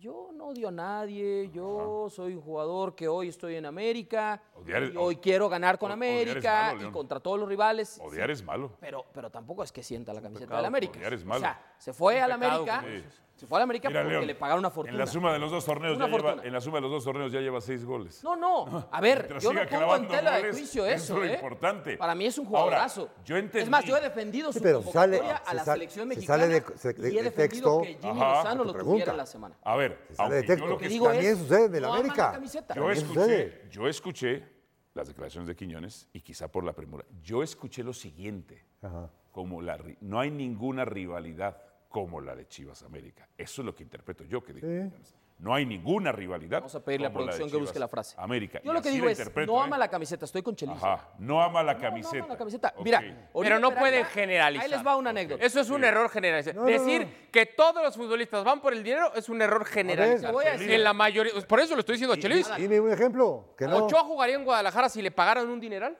Yo no odio a nadie, yo soy un jugador que hoy estoy en América,
Odiar-
y hoy quiero ganar con
o- odiar es
América
malo,
y
León.
contra todos los rivales.
Odiar es malo.
Pero, pero tampoco es que sienta la camiseta
pecado,
del América.
odiar es
O
malo.
sea, se fue
Es
a
un
la
pecado,
América,
como dices.
se fue a la América
Mira,
porque
León,
le pagaron una fortuna.
En la suma de los dos torneos
Una
ya lleva,
fortuna.
en la suma de los dos torneos ya lleva seis goles.
No, no, a ver,
Mientras
yo no
siga
pongo en
clavando
tela de
goles,
juicio
eso es
eso,
lo
¿eh?
importante.
Para mí es un
Ahora,
jugadorazo.
yo
Es más,
entendí.
yo he defendido
Sí,
su
pero sale-
convocatoria a
se
la
sale-
selección
se
mexicana
sale de- se- de-
y he
de
defendido
texto.
que Jimmy
Ajá,
Lozano
tu
lo tuviera
pregunta.
en la semana.
A ver,
Se sale de
aunque yo
texto.
lo
que
que
digo
también
es,
sucede en el
no aman la
América.
camiseta.
Yo
También
escuché,
sucede.
yo escuché las declaraciones de Quiñones y quizá por la premura. Yo escuché lo siguiente,
Ajá.
como la ri- no hay ninguna rivalidad como la de Chivas América. Eso es lo que interpreto yo que dijo Quiñones. No hay ninguna rivalidad.
Vamos a pedirle a
como la de
producción que
Chivas
busque la frase.
América.
Yo
Y
lo que
así
digo
la
es,
interpreto,
no
¿eh?
ama la camiseta, estoy con Chelis.
Ajá, no ama la
No,
camiseta.
no ama la camiseta.
Ok.
Mira,
Pero
Oribe
no
Peralta,
pueden generalizar.
Ahí les va una anécdota.
Eso es un error generalizar.
No, no,
Decir
no.
que todos los futbolistas van por el dinero es un error generalizar.
te voy
a decir-
En la mayoría. pues, Por eso lo estoy diciendo a Chelis.
Dime un ejemplo. Que no.
¿Ochoa jugaría en Guadalajara si le pagaran un dineral?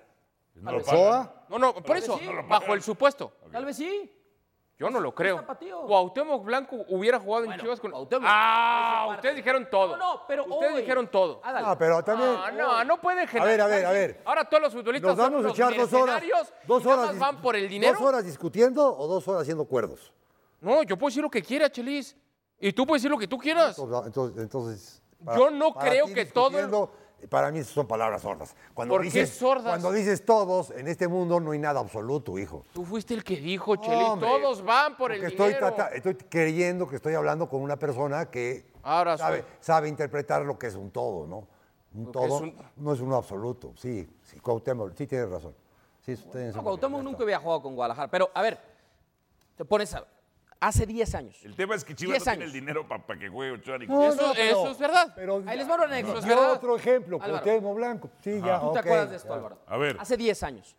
No lo pagan.
Ochoa.
No, no, por eso,
sí. No lo
bajo el supuesto.
Tal vez sí.
Yo no lo creo.
tapatío.
Cuauhtémoc Blanco hubiera jugado en
Bueno,
Chivas con.
Cuauhtémoc.
ah,
Esa parte.
ustedes dijeron todo.
No, no, pero
Ustedes
hoy.
dijeron todo.
Adal,
Ah, pero también.
No, no, no pueden
A ver,
generalizar.
a ver, a ver.
Ahora todos los futbolistas
Nos vamos
son
a
unos
echar dos horas.
mercenarios y
Dos
nada
horas
más
dis-
van por el dinero.
Dos horas discutiendo o dos horas haciendo acuerdos.
No, yo puedo decir lo que quiera, Chelis. Y tú puedes decir lo que tú quieras.
Entonces, entonces- entonces,
Yo no creo
ti
que todo-
discutiendo, Para mí esas son palabras sordas. Cuando
¿Por qué
dices,
sordas?
Cuando dices todos, en este mundo no hay nada absoluto, hijo.
Tú fuiste el que dijo, Chelis.
hombre,
todos van por el
Porque estoy,
dinero.
trata- estoy creyendo que estoy hablando con una persona que
Ahora
sabe,
soy.
sabe interpretar lo que es un todo, ¿no? Un
que es
todo
un-
no es uno absoluto. Sí, sí, Cuauhtémoc, sí tienes razón. Sí, tienes
No,
razón.
Cuauhtémoc nunca había jugado con Guadalajara. Pero, a ver, te pones a... Hace 10 años.
El tema es que Chivas no
Diez
tiene
años.
el dinero para que juegue Ochoa ni
No,
Eso-
no, pero-
eso es verdad.
pero-
Ahí les va una anécdota.
Yo
Es verdad.
otro ejemplo,
Álvaro. Ah,
Cuauhtémoc Blanco. Sí, ya,
¿Tú te
ok,
acuerdas de esto,
ya.
Álvaro?
A ver.
Hace 10 años.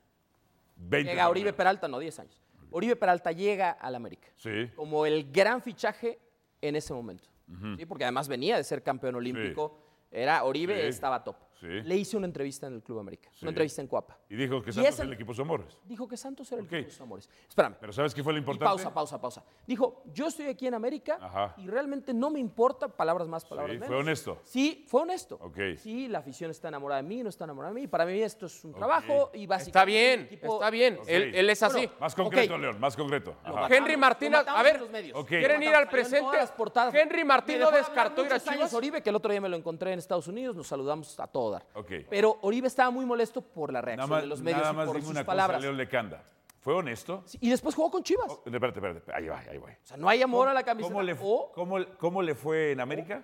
20
llega Oribe
torneos.
Peralta, no, 10 años. Oribe Peralta llega al América
Sí.
como el gran fichaje en ese momento.
Ujú.
¿sí? Porque además venía de ser campeón olímpico. Era Oribe,
Sí.
estaba top.
Sí.
Le hice una entrevista en el Club América,
Sí.
una entrevista en Cuapa.
Y dijo que
Y
Santos
es
el...
el-
equipo Zamores.
Dijo que Santos era el equipo de los amores. Espérame.
Pero ¿sabes qué fue lo
Y
importante?
pausa, pausa, pausa. Dijo, yo estoy aquí en América
Ajá.
y realmente no me importa palabras más, palabras
Sí,
menos.
fue honesto.
Sí, fue honesto.
Ok.
Sí, la afición está enamorada de mí, no está enamorada de mí. Para mí esto es un trabajo y básicamente...
Está bien,
el equipo-
está bien.
Ok.
Él, él es así.
Bueno,
Más concreto,
ok.
León, más concreto.
Lo
Ajá.
matamos,
Henry
lo
Martín,
matamos
a ver,
en los medios.
ok.
Lo
¿Quieren
matamos,
ir al
salió en todas
presente?
las portadas.
Henry Martín
Me dejó
no
de hablar
descartó ir a
muchos años
Chivas.
Oribe, que el otro día me lo encontré en Estados Unidos, nos saludamos a todo dar.
Ok.
Pero Oribe estaba muy molesto por la reacción
Nada más,
de los medios
nada
y
más
por
dime
sus
una
palabras.
cosa, León Lecanda. ¿Fue honesto? Oh,
Sí, y después jugó con Chivas. O
Espérate, espérate. Ahí va, ahí va.
sea, no hay amor a la camiseta.
¿Cómo le,
o
cómo le- cómo le fue en América?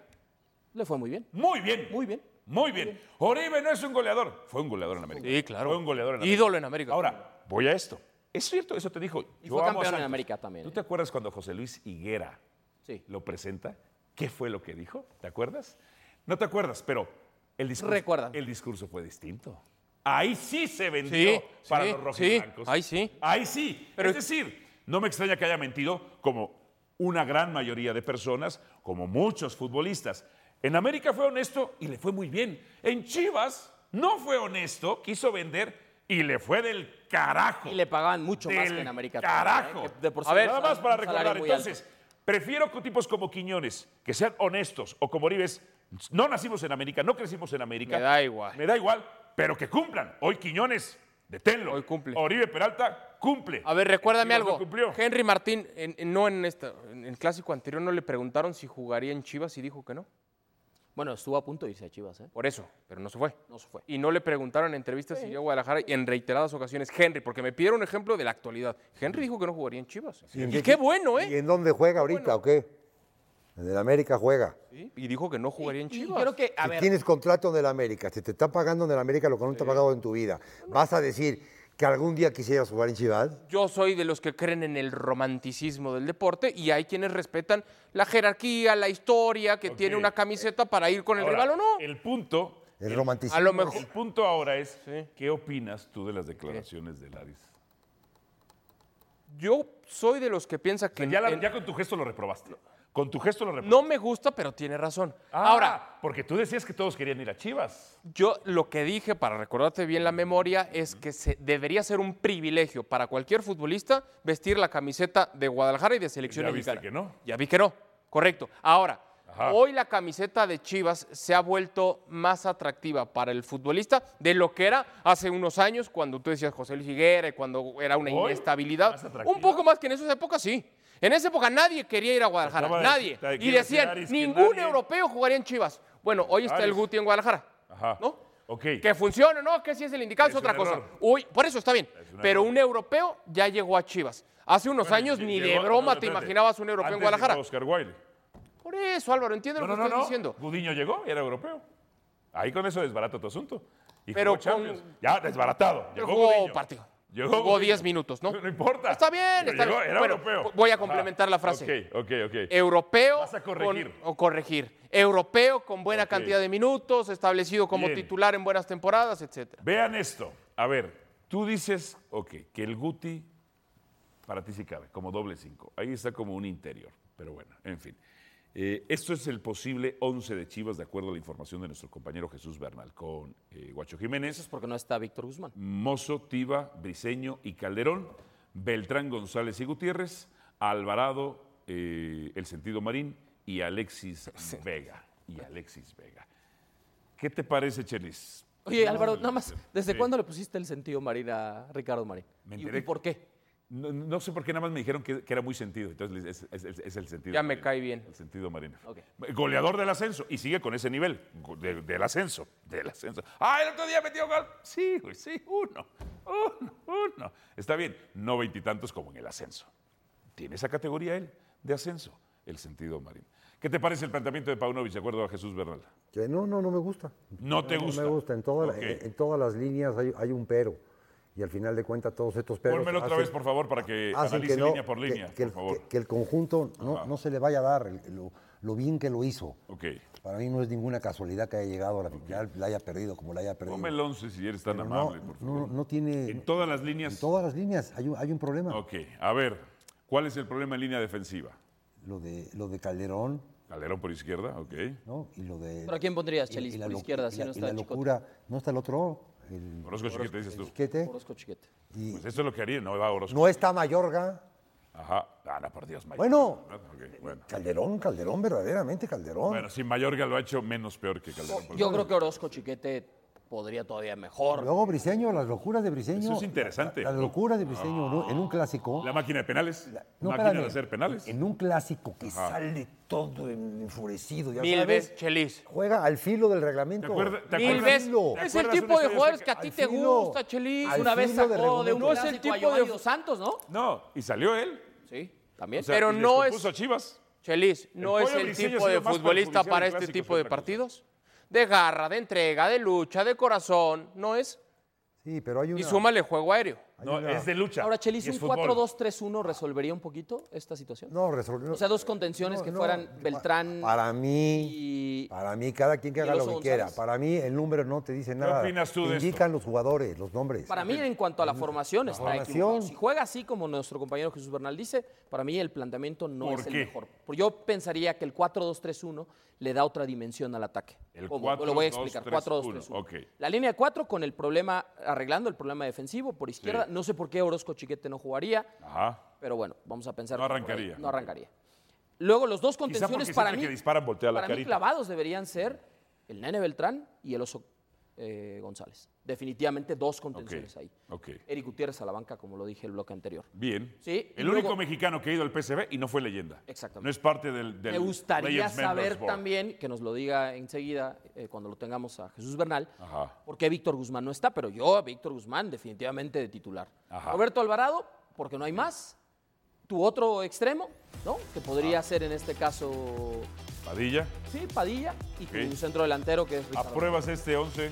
le fue muy bien.
Muy bien.
Muy bien.
Muy bien. Oribe no es un goleador. Fue un goleador en América.
Sí, claro.
Fue un goleador en América.
Ídolo en América.
Ahora, voy a esto. Es cierto, eso te dijo.
Y
yo
fue
amo a
campeón en
Santos.
América también,
¿Tú
¿eh?
te acuerdas cuando José Luis Higuera
Sí.
lo presenta? ¿Qué fue lo que dijo? ¿Te acuerdas? No te acuerdas, pero el discurso,
Recuerdan.
el discurso fue distinto. Ahí sí se vendió
Sí,
para
sí,
los
sí,
rojiblancos.
ahí sí.
Ahí sí.
Pero-
es decir, no me extraña que haya mentido como una gran mayoría de personas, como muchos futbolistas. En América fue honesto y le fue muy bien. En Chivas no fue honesto, quiso vender y le fue del carajo.
Y le pagaban mucho más
Del
que en América.
Carajo.
también, ¿eh? Que de por sí
a ver,
un
nada
sal-
más para
un salario
recordar.
muy alto.
Entonces, prefiero con tipos como Quiñones, que sean honestos, o como Orives, no nacimos en América, no crecimos en América.
Me da igual.
Me da igual, pero que cumplan. Hoy Quiñones, deténlo.
Hoy cumple.
Oribe Peralta, cumple.
A ver, recuérdame
Chivas no
algo.
cumplió.
Henry Martín, en- en- no en esta, en el clásico anterior no le preguntaron si jugaría en Chivas y dijo que no.
Bueno, estuvo a punto de irse a Chivas, ¿eh?
Por eso, pero no se fue.
No se fue.
Y no le preguntaron en entrevistas si iría a Guadalajara y en reiteradas ocasiones Henry, porque me pidieron un ejemplo de la actualidad. Henry dijo que no jugaría en Chivas. Y,
en
qué, bueno,
¿Y
¿eh?
en dónde juega ahorita o qué? En el América juega.
Sí, Y dijo que no jugaría en
Y
Chivas.
creo que, a
Si
ver,
tienes contrato en el América, si te está pagando en el América lo que no te ha pagado en tu vida, ¿vas a decir que algún día quisieras jugar en Chivas?
Yo soy de los que creen en el romanticismo del deporte y hay quienes respetan la jerarquía, la historia, que
Ok.
tiene una camiseta para ir con el
Ahora,
rival o no.
El punto.
El romanticismo.
A lo mejor.
El punto ahora es,
Sí.
¿qué opinas tú de las declaraciones de Laris?
Yo soy de los que piensa que
Ya, la-
en-
ya con tu gesto lo reprobaste. Con tu gesto lo reprobaste.
no me gusta, pero tiene razón.
Ah.
Ahora,
Ahora, porque tú decías que todos querían ir a Chivas.
Yo lo que dije, para recordarte bien la memoria, es que se, debería ser un privilegio para cualquier futbolista vestir la camiseta de Guadalajara y de selección
Ya viste
mexicana.
que no.
Ya vi que no, correcto. Ahora,
Ajá.
hoy la camiseta de Chivas se ha vuelto más atractiva para el futbolista de lo que era hace unos años cuando tú decías José Luis Higuera, y cuando era una
Hoy,
inestabilidad.
más atractiva.
Un poco más que en esas épocas, sí. En esa época nadie quería ir a Guadalajara,
Acaba de
nadie.
decir-
y
quiere decir
decían,
Aris que
ningún
nadie-
europeo jugaría en Chivas. Bueno, hoy está el
Aris.
Guti en Guadalajara.
Ajá.
¿No?
Ok.
Que funcione, ¿no? Que si es el indicado es,
Es
otra
un
cosa.
error.
Uy, por eso está bien.
un
Pero
error.
un europeo ya llegó a Chivas. Hace unos
Bueno,
años
lle-
ni de
llegó-
broma
no, no,
te
espérate.
imaginabas un europeo en
Antes
Guadalajara.
llegó Oscar Wilde.
Por eso, Álvaro, entiendo
No, no,
lo que
no,
estoy
no.
diciendo.
Gudiño llegó y era europeo. Ahí con eso desbarata tu asunto. Y
Pero
jugó Champions.
con-
Ya, desbaratado.
Pero
Llegó
jugó
Gudiño.
partido.
Llegó,
Jugó
Gudiño.
10 minutos, ¿no?
No importa.
Está bien,
Pero
está
llegó,
bien.
era
Bueno,
europeo.
voy a
Ajá.
complementar la frase. Eh,
Ok, ok, ok.
Europeo
Vas a corregir.
con- o corregir. Europeo con buena
Ok.
cantidad de minutos, establecido como
Bien.
titular en buenas temporadas, etcétera.
Vean esto. A ver, tú dices, ok, que el Guti para ti sí cabe, como doble cinco. Ahí está como un interior. Pero bueno, en fin. Eh, esto es el posible 11 de Chivas, de acuerdo a la información de nuestro compañero Jesús Bernal con eh, Guacho Jiménez.
eso es porque no está Víctor Guzmán.
Mozo, Tiva, Briseño y Calderón, Beltrán González y Gutiérrez, Alvarado, eh, El Sentido Marín y Alexis Vega. Y Alexis Vega. ¿Qué te parece, Chelis?
Oye, Álvaro, nada más, ¿desde
Sí.
cuándo le pusiste el sentido Marín a Ricardo Marín?
Me
¿Y,
enteré.
y por qué?
No, no sé por qué nada más me dijeron que, que era muy sentido. Entonces es, es- es- es el sentido.
Ya me
marino.
cae bien.
El sentido marino.
Ok.
Goleador del ascenso. Y sigue con ese nivel. go- de- del ascenso. Del ascenso. Ah, el otro día metió gol. Sí, güey, sí. Uno. Uno. Uno. Está bien. No veintitantos como en el ascenso. Tiene esa categoría él de ascenso. El sentido marino. ¿Qué te parece el planteamiento de Paunovic, de acuerdo a Jesús Bernal?
Que no, no, no me gusta.
No te gusta.
No me gusta. En, toda la-
Ok.
en- en todas las líneas hay, hay un pero. Y al final de cuentas todos estos peros...
Pónmelo otra
hacen-
vez, por favor, para que
hacen
analice
no-
línea por
que-
línea,
que el-
por favor.
que- que el conjunto no, no se le vaya a dar. El- lo- lo bien que lo hizo.
Ok.
Para mí no es ninguna casualidad que haya llegado a la final, la haya perdido como la haya perdido.
Toma el 11 si eres tan
Pero no-
amable, por favor.
No, no tiene.
En todas las líneas.
En todas las líneas hay un, hay un problema.
Ok, a ver, ¿cuál es el problema en línea defensiva?
Lo de, lo de Calderón.
Calderón por izquierda, ok.
¿no? Y lo de.
¿Pero a quién pondrías,
y-
Chelis,
y la
por
locu-
izquierda,
y
si
la-
no
y
está
la
el Chicote?
locura. No está el otro. El,
Orozco Chiquete, dices tú.
Chiquete.
Orozco Chiquete.
Y
Pues eso es lo que haría, no va Orozco.
no está Mayorga.
Ajá. Ah, no, por Dios, Mayorga.
Bueno.
Ok, bueno.
Calderón, Calderón, verdaderamente Calderón.
Bueno, sí, Mayorga lo ha hecho menos peor que Calderón. por
Yo
ejemplo.
creo que Orozco Chiquete podría todavía mejor.
Luego Briseño, las locuras de Briseño.
Eso es interesante.
Las locuras de Briseño ¿no? en un clásico.
La máquina de penales.
No,
máquina de
espérame.
hacer penales.
En un clásico que
Ajá.
sale todo en- enfurecido. Ya
Mil
sabes,
veces, Chelis.
Juega al filo del reglamento.
¿Te acuerdas- te
Mil
acuerdas-
veces.
¿Te
Es el
acuerdas
tipo
una
de
historia
jugadores que a
acerca-
ti
al
te
filo-
gusta, Chelis.
al
Una vez
filo del
sacó de un
reglamento.
No es el
clásico
tipo
a
de-
Giovanni Dos Santos, ¿no?
No, y salió él.
Sí, también.
O sea,
Pero
y
no
descompuso
es-
a Chivas.
Chelis, ¿no
El
es
pollo
el
briseño
tipo
ha sido
de
más
futbolista
perjudicial
para
en
este
clásicos
tipo
que
de
otra cosa.
partidos? De garra, de entrega, de lucha, de corazón, ¿no es?
Sí, pero hay una.
Y súmale juego aéreo.
hay
No,
una-
es de lucha.
Ahora, Chelis,
y es
¿un
fútbol.
4-2-3-1 resolvería un poquito esta situación?
No, resolvió.
O sea, dos contenciones
No,
que
no,
fueran
pa-
Beltrán
Para mí,
y...
para mí, cada quien que haga lo
Veloso
que
González.
quiera. Para mí, el número no te dice nada.
opinas tú
Te
de esto?
Indican los jugadores, los nombres.
Para mí, en cuanto a la formación, está
formación.
equivocado. Si juega así como nuestro compañero Jesús Bernal dice, para mí el planteamiento no
¿Por
es
qué?
el mejor. Porque Yo pensaría que el 4-2-3-1 le da otra dimensión al ataque.
El
¿Cómo?
4-2-3-1,
Lo voy a explicar. 4-2-3-1.
ok.
La línea de 4 con el problema, arreglando el problema defensivo por izquierda.
Sí.
No sé por qué Orozco Chiquete no jugaría,
Ajá.
pero bueno, vamos a pensar.
No
que por ahí
arrancaría.
No arrancaría. Luego, los dos
Quizá porque
contenciones
siempre
para mí,
que disparan voltea la
para mí
carita.
clavados deberían ser el Nene Beltrán y el Oso eh, González. Definitivamente dos contenciones ahí.
ok.
Eric Gutiérrez a la banca, como lo dije el bloque anterior.
Bien.
Sí, y
El único
luego-
mexicano que ha ido al PSV y no fue leyenda.
Exactamente.
No es parte del. del
Me gustaría
Legends Members
saber
Board.
también, que nos lo diga enseguida eh, cuando lo tengamos a Jesús Bernal,
Ajá.
por qué Víctor Guzmán no está, pero yo a Víctor Guzmán definitivamente de titular.
Ajá.
Roberto Alvarado, porque no hay más. Tu otro extremo, ¿no? Que podría ser en este caso,
Padilla,
sí, Padilla, y tu
Ok.
centro delantero que es Ricardo.
¿apruebas este 11?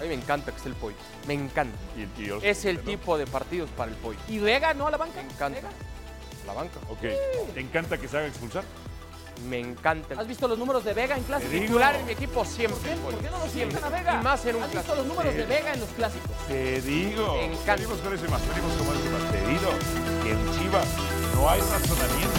A mí me encanta que esté el pollo. Me encanta.
Y, y Orozco
Es el
Chiquete, ¿no?
tipo de partidos para el pollo.
Y Vega, ¿no? A la banca.
Me encanta.
Vega.
La banca.
Ok. ¿Te encanta que se haga expulsar?
Me encanta.
¿Has visto los números de Vega en
el
clásicos?
titular en mi equipo siempre.
¿Por qué,
pollo.
por qué no lo
Siempre.
sientan a Vega?
Y más en un
¿Has visto
clásico.
los números de Vega en los clásicos?
Te digo.
Me encanta.
Venimos con ese más, venimos con ese más. Te digo que en Chivas no hay razonamiento.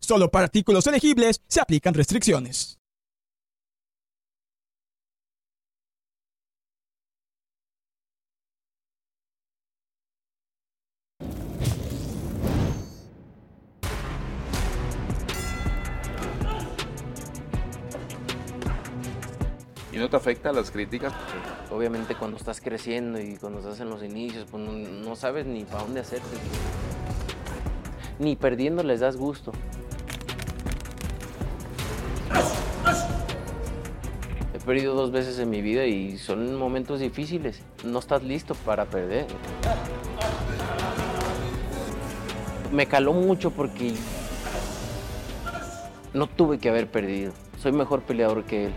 Solo para artículos elegibles se aplican restricciones.
¿Y no te afecta las críticas?
Obviamente cuando estás creciendo y cuando estás en los inicios, pues no, no sabes ni para dónde hacerte. Ni perdiendo les das gusto. He perdido dos veces en mi vida y son momentos difíciles. No estás listo para perder. Me caló mucho porque no tuve que haber perdido. Soy mejor peleador que él.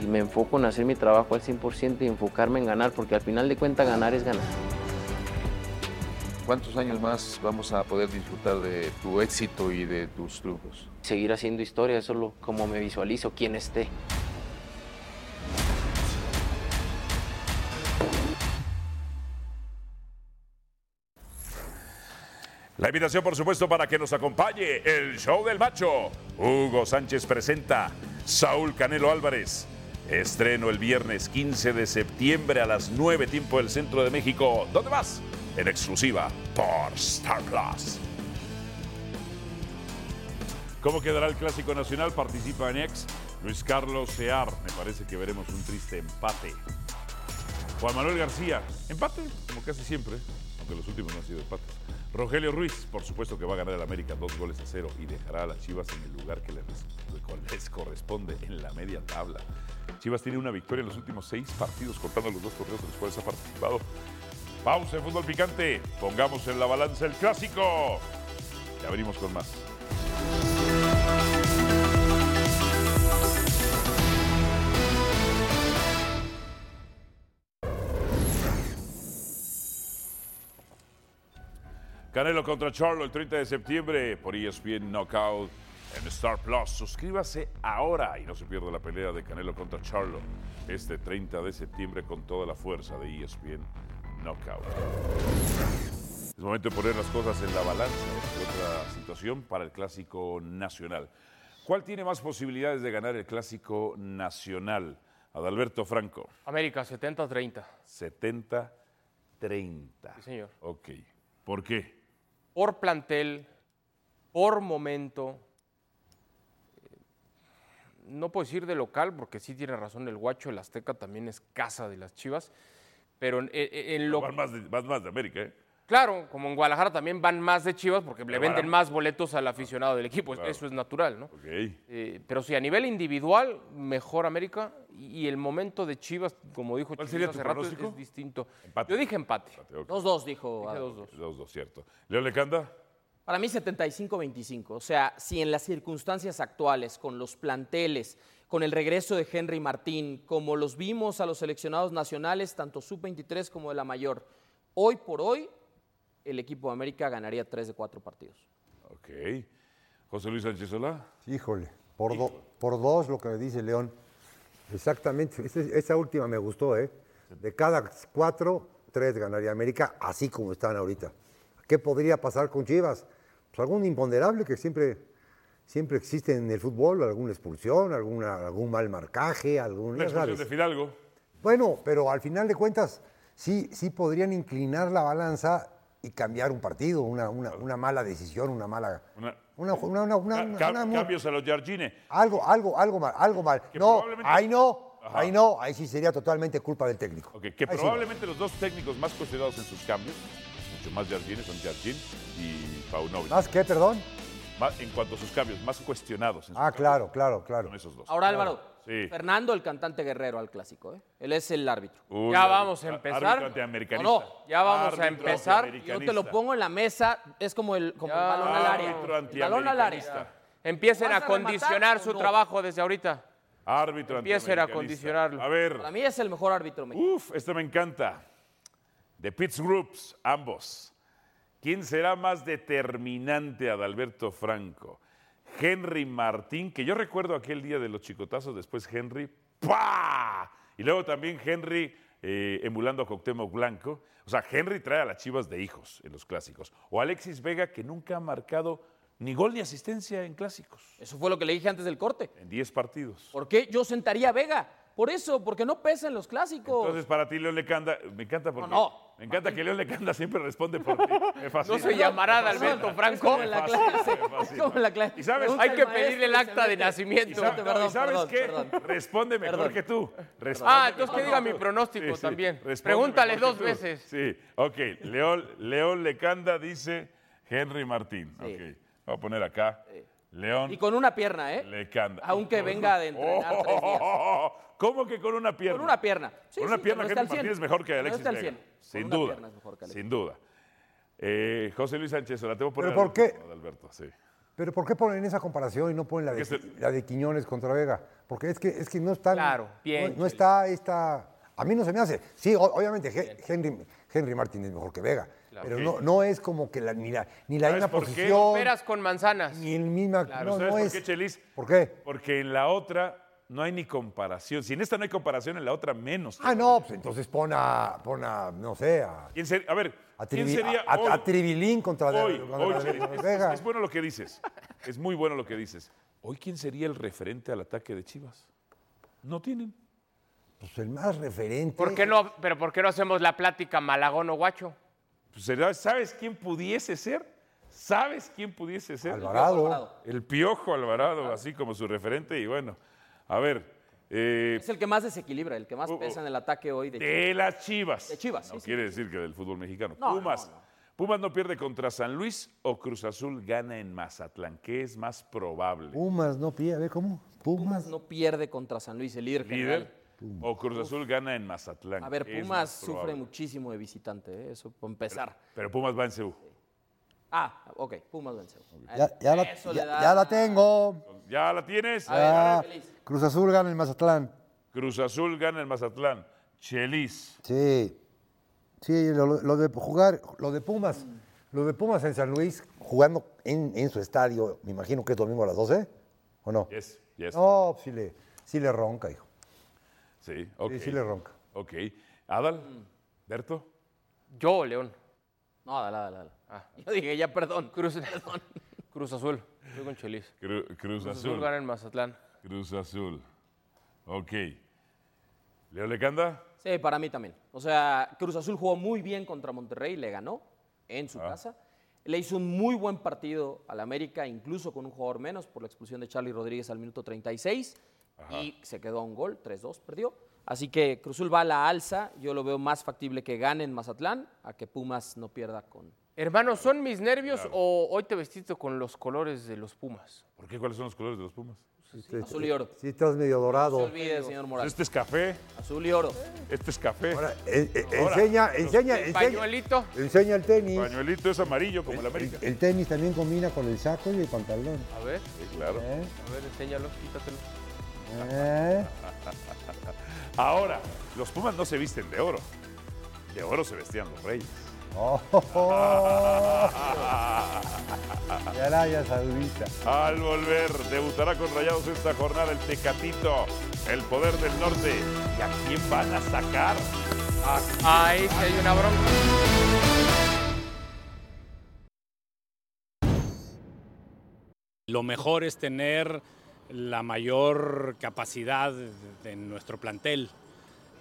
y me enfoco en hacer mi trabajo al 100% y enfocarme en ganar, porque al final de cuentas ganar es ganar.
¿Cuántos años más vamos a poder disfrutar de tu éxito y de tus triunfos?
Seguir haciendo historia, eso es lo- como me visualizo, quien esté.
La invitación, por supuesto, para que nos acompañe el show del macho. Hugo Sánchez presenta Saúl Canelo Álvarez. Estreno el viernes 15 de septiembre a las 9, tiempo del centro de México. ¿Dónde vas? En exclusiva por Star Plus. ¿Cómo quedará el Clásico Nacional? Participa en ex Luis Carlos Sear. Me parece que veremos un triste empate. Juan Manuel García, empate, como casi siempre, aunque los últimos no han sido empates. Rogelio Ruiz, por supuesto que va a ganar el América dos goles a cero y dejará a las Chivas en el lugar que les, les corresponde, en la media tabla. Chivas tiene una victoria en los últimos seis partidos, contando los dos torneos en los cuales ha participado. Pausa en fútbol picante, pongamos en la balanza el clásico. Y abrimos con más. Canelo contra Charlo el 30 de septiembre por E ESPN Knockout en Star Plus. Suscríbase ahora y no se pierda la pelea de Canelo contra Charlo este 30 de septiembre con toda la fuerza de E ESPN Knockout. Es momento de poner las cosas en la balanza de otra situación para el Clásico Nacional. ¿Cuál tiene más posibilidades de ganar el Clásico Nacional? Adalberto Franco.
América, 70-30.
70-30.
Sí, señor.
Ok. ¿Por qué?
Por plantel, por momento. Eh, No puedo decir de local, porque sí tiene razón el guacho, el Azteca también es casa de las chivas. Pero en, en- en lo.
Van más de, van más de América, ¿eh?
Claro, como en Guadalajara también van más de chivas porque le
Pero van
venden
a-
más boletos al aficionado del equipo.
Claro.
Eso es natural, ¿no?
Ok.
Eh, pero sí, a nivel individual, mejor América. Y, y el momento de Chivas, como dijo
¿Cuál
Chivas
sería tu
hace rato, es-
pronóstico?
es distinto.
Empate.
Yo dije empate.
ok.
Los dos, dijo.
Dije
Adam.
dos, dos.
Los dos, cierto. ¿Leo Lecanda?
Para mí 75-25. O sea, si en las circunstancias actuales, con los planteles, con el regreso de Henry Martín, como los vimos a los seleccionados nacionales, tanto sub-23 como de la mayor, hoy por hoy el equipo de América ganaría 3 de 4 partidos.
Ok. José Luis Sánchez Solá.
Híjole, por, do- por dos lo que le dice León. Exactamente, ese- esa última me gustó, ¿eh? De cada cuatro, tres ganaría América, así como están ahorita. ¿Qué podría pasar con Chivas? Pues algún imponderable que siempre, siempre existe en el fútbol, alguna expulsión, alguna, algún mal marcaje, algún...
Una
ya
expulsión
sabes.
de Fidalgo.
Bueno, pero al final de cuentas, sí, sí podrían inclinar la balanza y cambiar un partido, una, una- una mala decisión, una mala.
Una-
una- una- una- una-
Ca- ca-
una mu-
cambios a los Jardine.
algo, algo, algo mal, algo mal. No, ahí no, ahí no, ahí sí sería totalmente culpa del técnico.
Ok, que
Ahí sí.
probablemente los dos técnicos más cuestionados en sus cambios, mucho más Jardine, son Jardín y Paunovic.
¿Más qué, perdón?
Más- en cuanto a sus cambios, más cuestionados en sus
Ah, claro, claro, claro.
son esos dos.
Ahora Álvaro,
Pues Sí.
Fernando el cantante guerrero al clásico, ¿eh? él es el árbitro.
Uy, Ya árbitro- vamos a empezar. árbitro antiamericanista.
No, no,
ya vamos a Árbitro empezar.
Yo te lo pongo en la mesa, es como el, como el balón al área.
Árbitro
El balón al
antiamericanista.
área.
Empiecen
¿Vas
a
a rematar
condicionar
o
su
no?
trabajo desde ahorita.
Árbitro
Empiecen a
antiamericanista.
condicionarlo.
A ver.
Para mí es el mejor árbitro mexicano.
Uf, este me encanta. De Pitts Groups, ambos. ¿Quién será más determinante Adalberto Franco? Henry Martín, que yo recuerdo aquel día de los chicotazos, después Henry, ¡pa! Y luego también Henry eh, emulando a Cuauhtémoc Blanco. O sea, Henry trae a las chivas de hijos en los clásicos. O Alexis Vega, que nunca ha marcado ni gol ni asistencia en clásicos.
Eso fue lo que le dije antes del corte.
En 10 partidos.
¿Por qué yo sentaría a Vega? Por eso, porque no pesan los clásicos.
Entonces, para ti, León Lecanda, me encanta porque.
no.
Me encanta que León Lecanda siempre responde por ti. Me fascina.
No se llamará
Me fascina.
Adalberto
Es
Franco.
como en la clase. Es como en la clase. ¿Y sabes?
Hay que
Pregunta al
pedirle el
maestro
acta
y
de
se mete. ¿Y
nacimiento.
sabes, no, ¿y sabes qué? Responde mejor
Perdón.
que tú. Responde
Ah, entonces que
mejor
diga
tú.
mi pronóstico
Sí, sí.
también.
Responde
Pregúntale
mejor que
dos
tú.
veces.
Sí, ok. León, León Lecanda dice Henry Martín. Ok. Voy a poner acá. León.
Y con una pierna, ¿eh?
Lecanda.
Aunque venga de entrenar tres días.
¿Cómo que con una pierna?
Con una pierna. Sí,
con una
sí,
pierna,
que no está
Henry
al
Martín
100.
es mejor que
no
Alexis
está al
Vega.
100. Con
Sin
una
duda.
pierna es mejor que Alexis.
Sin duda. Eh, José Luis Sánchez, la tengo por
¿Pero por qué?
Alberto, sí.
Pero ¿por qué ponen esa comparación y no ponen la de, la de Quiñones contra Vega? Porque es que, es que no está. Claro,
bien,
No, no está esta. A mí no se me hace. Sí, o- obviamente Ge- Henry, Henry Martín es mejor que Vega.
Claro.
Pero
Sí.
no, no es como que la, ni la, ni la
¿Sabes
misma
por qué?
posición.
Peras con manzanas.
Ni el misma.
Pero
no,
¿sabes
no
por
es.
qué, Chelis?
¿Por qué?
Porque en la otra no hay ni comparación. Si en esta no hay comparación, en la otra menos.
Ah, no, pues entonces pon a, pon a no sé, a,
¿Quién ser- a ver,
a,
¿quién
Trivi-
sería
a- a-
hoy?
a Tribilín contra de-
Hoy,
contra
hoy,
de-
Cheri,
contra
es,
de Vega.
es bueno lo que dices. Es muy bueno lo que dices. Hoy, ¿quién sería el referente al ataque de Chivas? No tienen.
Pues el más referente.
¿Por qué no, pero ¿por qué no hacemos la plática Malagón o Guacho?
Pues, sería- ¿Sabes quién pudiese ser? ¿Sabes quién pudiese ser?
Alvarado. Alvarado.
El Piojo Alvarado, así como su referente. Y bueno, a ver. eh,
Es el que más desequilibra, el que
Uh,
más pesa en el ataque hoy de,
de
Chivas.
las Chivas.
De Chivas,
No
sí, sí.
quiere decir que del fútbol mexicano.
No,
Pumas. Pumas no pierde contra San Luis o Cruz Azul gana en Mazatlán. ¿Qué es más probable?
Pumas, no pide, a ver cómo. Pumas.
No pierde contra San Luis, el líder,
¿Líder
general.
o Cruz Azul gana en Mazatlán?
A ver,
¿Qué es
Pumas
más probable?
sufre muchísimo de visitante, ¿eh? eso por empezar.
Pero Pumas va en CU.
Ah, ok, Pumas vence.
Ya, ya la,
Eso
ya-
le da-
ya la tengo.
¿Ya la tienes?
Ya. Cruz Azul gana el Mazatlán.
Cruz Azul gana en Mazatlán. Chelis.
Sí. Sí, lo, lo de jugar, lo de Pumas. Lo de Pumas en San Luis, jugando en, en su estadio, me imagino que es domingo a las 12, ¿o no?
Yes, yes.
No, pues sí le, sí le ronca, hijo.
Sí, ok.
sí le ronca.
Ok.
Mm.
Adal, Berto.
Yo, León.
No, dale, dale, dale. Yo dije, ya perdón.
Ah. Cruz, Cruz Azul. Estoy con Chelis.
Cru- Cruz, Azul.
gana en Mazatlán.
Cruz Azul. Ok. Leo Lecanda.
Sí, para mí también. O sea, Cruz Azul jugó muy bien contra Monterrey, le ganó en
Ah.
su casa. Le hizo un muy buen partido al América, incluso con un jugador menos por la expulsión de Charlie Rodríguez al minuto 36. Y se quedó a un gol, 3-2, perdió. Así que Cruz Azul va a la alza. Yo lo veo más factible que gane en Mazatlán a que Pumas no pierda con.
Hermano, ¿son mis nervios o hoy te vestiste con los colores de los Pumas?
¿Por qué? ¿Cuáles son los colores de los Pumas?
Azul y oro.
Sí, estás medio dorado.
No se olvide, señor Morales.
Este es café.
Pues
Azul y oro.
Este es café.
Eh, eh,
Ahora,
enseña,
los-
enseña, enseña.
Pañuelito.
Enseña el tenis.
Pañuelito es amarillo como el América.
El tenis también combina con el saco y el pantalón.
A ver.
Sí, claro.
A ver, enséñalo, quítatelo.
Ah.
¿Eh?
Ahora, los Pumas no se visten de oro. De oro se vestían los reyes.
Oh, Ya la hayas adulita.
Al volver, debutará con Rayados esta jornada el Tecatito, el poder del norte. ¿Y a quién van a sacar?
Ahí sí hay una bronca.
Lo mejor es tener la mayor capacidad en nuestro plantel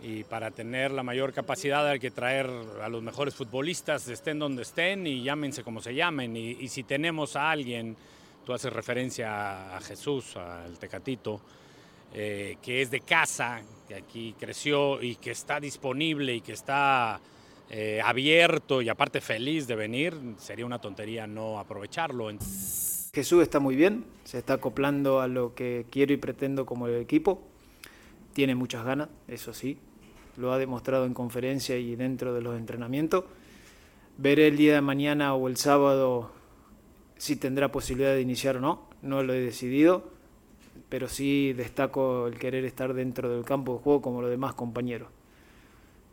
y para tener la mayor capacidad hay que traer a los mejores futbolistas, estén donde estén y llámense como se llamen. Y, y si tenemos a alguien, tú haces referencia a Jesús, al Tecatito, eh, que es de casa, que aquí creció y que está disponible y que está eh, abierto y aparte feliz de venir, sería una tontería no aprovecharlo.
Jesús está muy bien, se está acoplando a lo que quiero y pretendo como el equipo. Tiene muchas ganas, eso sí, lo ha demostrado en conferencia y dentro de los entrenamientos. Veré el día de mañana o el sábado si tendrá posibilidad de iniciar o no, no lo he decidido, pero sí destaco el querer estar dentro del campo de juego como los demás compañeros.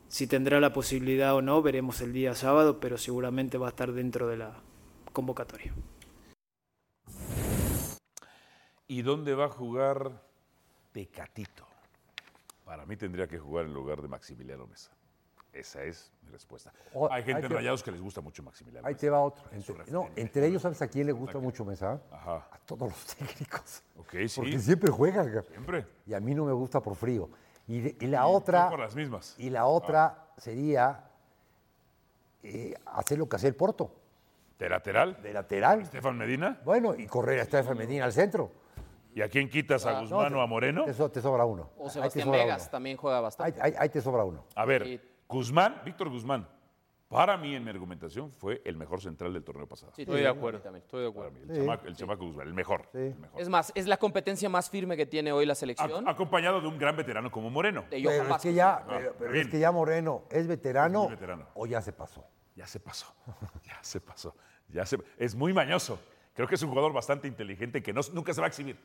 Si tendrá la posibilidad o no, veremos el día sábado, pero seguramente va a estar dentro de la convocatoria.
¿Y dónde va a jugar Tecatito? Para mí tendría que jugar en lugar de Maximiliano Mesa. Esa es mi respuesta.
O-
Hay gente
ahí
en
te-
Rayados que les gusta mucho Maximiliano
Ahí
Mesa.
te va otro.
En su
Entre, no,
referente.
entre ellos, ¿sabes a quién le gusta mucho Mesa?
Ajá.
A todos los técnicos.
Ok, sí.
Porque siempre juegan. ca-
Siempre.
Y a mí no me gusta por frío. Y, de- y la
Y tú
otra.
por las mismas. Ah.
Y la otra sería eh, hacer lo que hacía el Porto.
¿De lateral?
¿De lateral?
¿Estefan Medina?
Bueno, y correr a Estefan Medina al centro.
¿Y a quién quitas? ¿A
Ah, No,
Guzmán
te-
o a Moreno?
Te, so- te sobra uno.
O
Ahí te
Sebastián
sobra
Vegas
uno.
también juega bastante.
Ahí, ahí- ahí te sobra uno.
A ver, Guzmán, Víctor Guzmán, para mí, en mi argumentación, fue el mejor central del torneo pasado.
Sí, Estoy sí, de sí, acuerdo,
también, estoy de acuerdo.
el chamaco, el chamaco Guzmán, el mejor. el mejor.
Es más, es la competencia más firme que tiene hoy la
Ah,
selección.
Acompañado de un gran veterano como Moreno.
De Johan
Pero es,
Vázquez.
que ya,
Ah,
pero- pero
bien.
es que ya Moreno es veterano,
Es muy veterano.
o ya se pasó.
Ya se pasó, ya se pasó, ya se Es muy mañoso. Creo que es un jugador bastante inteligente que no, nunca se va a exhibir.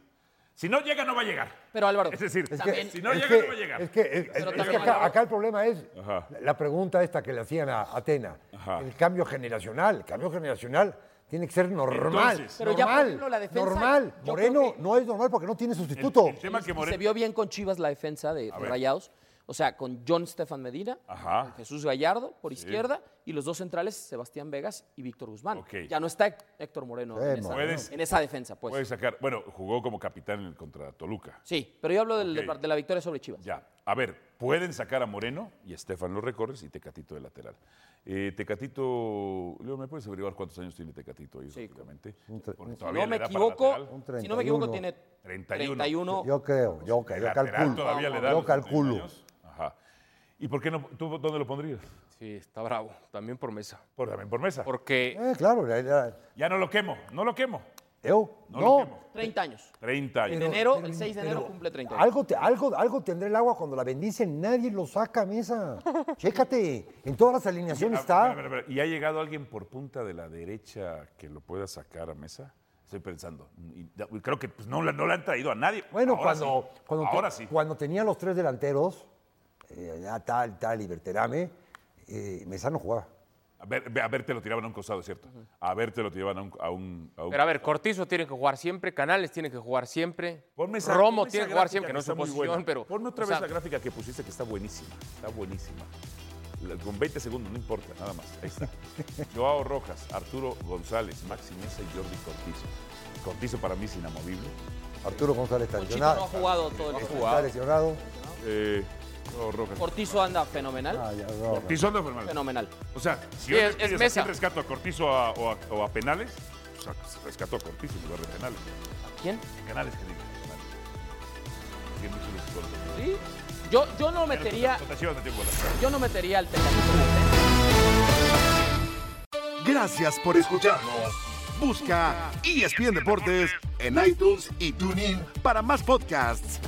Si no llega, no va a llegar.
Pero Álvaro,
es decir,
Es que-
si no
es
llega,
que-
no va a llegar.
Es que, es- es que
también-
acá, acá el problema es
Ajá.
la pregunta esta que le hacían a Atena, el cambio generacional. El cambio generacional Tiene que ser normal.
Entonces-
Pero ya, por
normal,
ejemplo, la defensa,
normal.
yo
Moreno no es normal porque no tiene sustituto.
Y Se vio bien con Chivas la defensa de, de
ver.
Rayados. O sea, con John Stefan Medina, con Jesús Gallardo por
Sí.
izquierda y los dos centrales, Sebastián Vegas y Víctor Guzmán. Ya no está Hé- Héctor Moreno en, esa,
Puedes-
en esa defensa, pues.
Puedes sacar. Bueno, jugó como capitán en el contra Toluca.
Sí, pero yo hablo del-
Ok.
de la victoria sobre Chivas.
Ya. A ver, pueden sacar a Moreno y Estefan los recorres y Tecatito de lateral. Eh, Tecatito, Leo, ¿me puedes averiguar cuántos años tiene Tecatito ahí? Sí, Porque
Si
todavía
no me
le da para
equivoco,
lateral.
si no me equivoco, tiene
31.
31.
Yo creo, yo, creo, yo calculo.
Todavía le da
yo
los 31
calculo.
años. Ajá. ¿Y por qué no? ¿Tú dónde lo pondrías?
Sí, está bravo. También por mesa.
Por, también por mesa.
Porque
Eh, claro, ya, ya.
Ya no lo quemo, no lo quemo.
Eu,
No,
no.
lo quemo.
30 años.
30 años.
En enero, el 6 de enero cumple 30 años.
Algo, te- algo, algo tendrá el agua cuando la bendice, nadie lo saca a mesa. Chécate, en todas las alineaciones
Ah,
está.
espera, espera, espera. ¿Y ha llegado alguien por punta de la derecha que lo pueda sacar a mesa? Estoy pensando. Y da- y creo que pues, no, la- no le han traído a nadie.
Bueno,
Ahora
cuando,
sí.
cuando, te-
Ahora sí.
cuando tenía los tres delanteros, eh, ya tal, tal y Berterame, eh, Mesa no jugaba.
A ver, a ver, te lo tiraban a un costado, es ¿cierto? A ver, te lo tiraban a un. A un, a un-
Pero a ver, Cortizo tiene que jugar siempre, Canales tiene que jugar siempre,
Ponme esa-
Romo
ponme
tiene
esa
que jugar
gráfica
siempre, que no es
está
su
muy
posición,
buena.
pero...
Ponme otra
o
vez
sea,
la gráfica que pusiste que está buenísima. Está buenísima. La- Con 20 segundos, no importa, nada más. Ahí está. Joao Rojas, Arturo González, Maxi Mesa y Jordi Cortizo. Cortizo para mí es inamovible.
Arturo González está
Chito no ha
lesionado.
jugado todo el
Está
año.
lesionado.
Eh, Joao Rojas.
Cortizo anda fenomenal.
Ah, no,
Cortizo anda fenomenal.
Fenomenal.
O sea, si
Sí,
hoy
es-
me pides
es
a
Mesa.
quién rescato a Cortizo a- o, a, o a penales, o sea, se rescató a Cortizo en lugar de penales.
quién?
Canales, que digo. Canales. Tiene mucho los cortos.
Sí. Yo, yo no metería,
Contra Chivas metió gol.
yo no metería al Tecatito.
Gracias por escucharnos. Busca E ESPN Deportes en iTunes y TuneIn para más podcasts.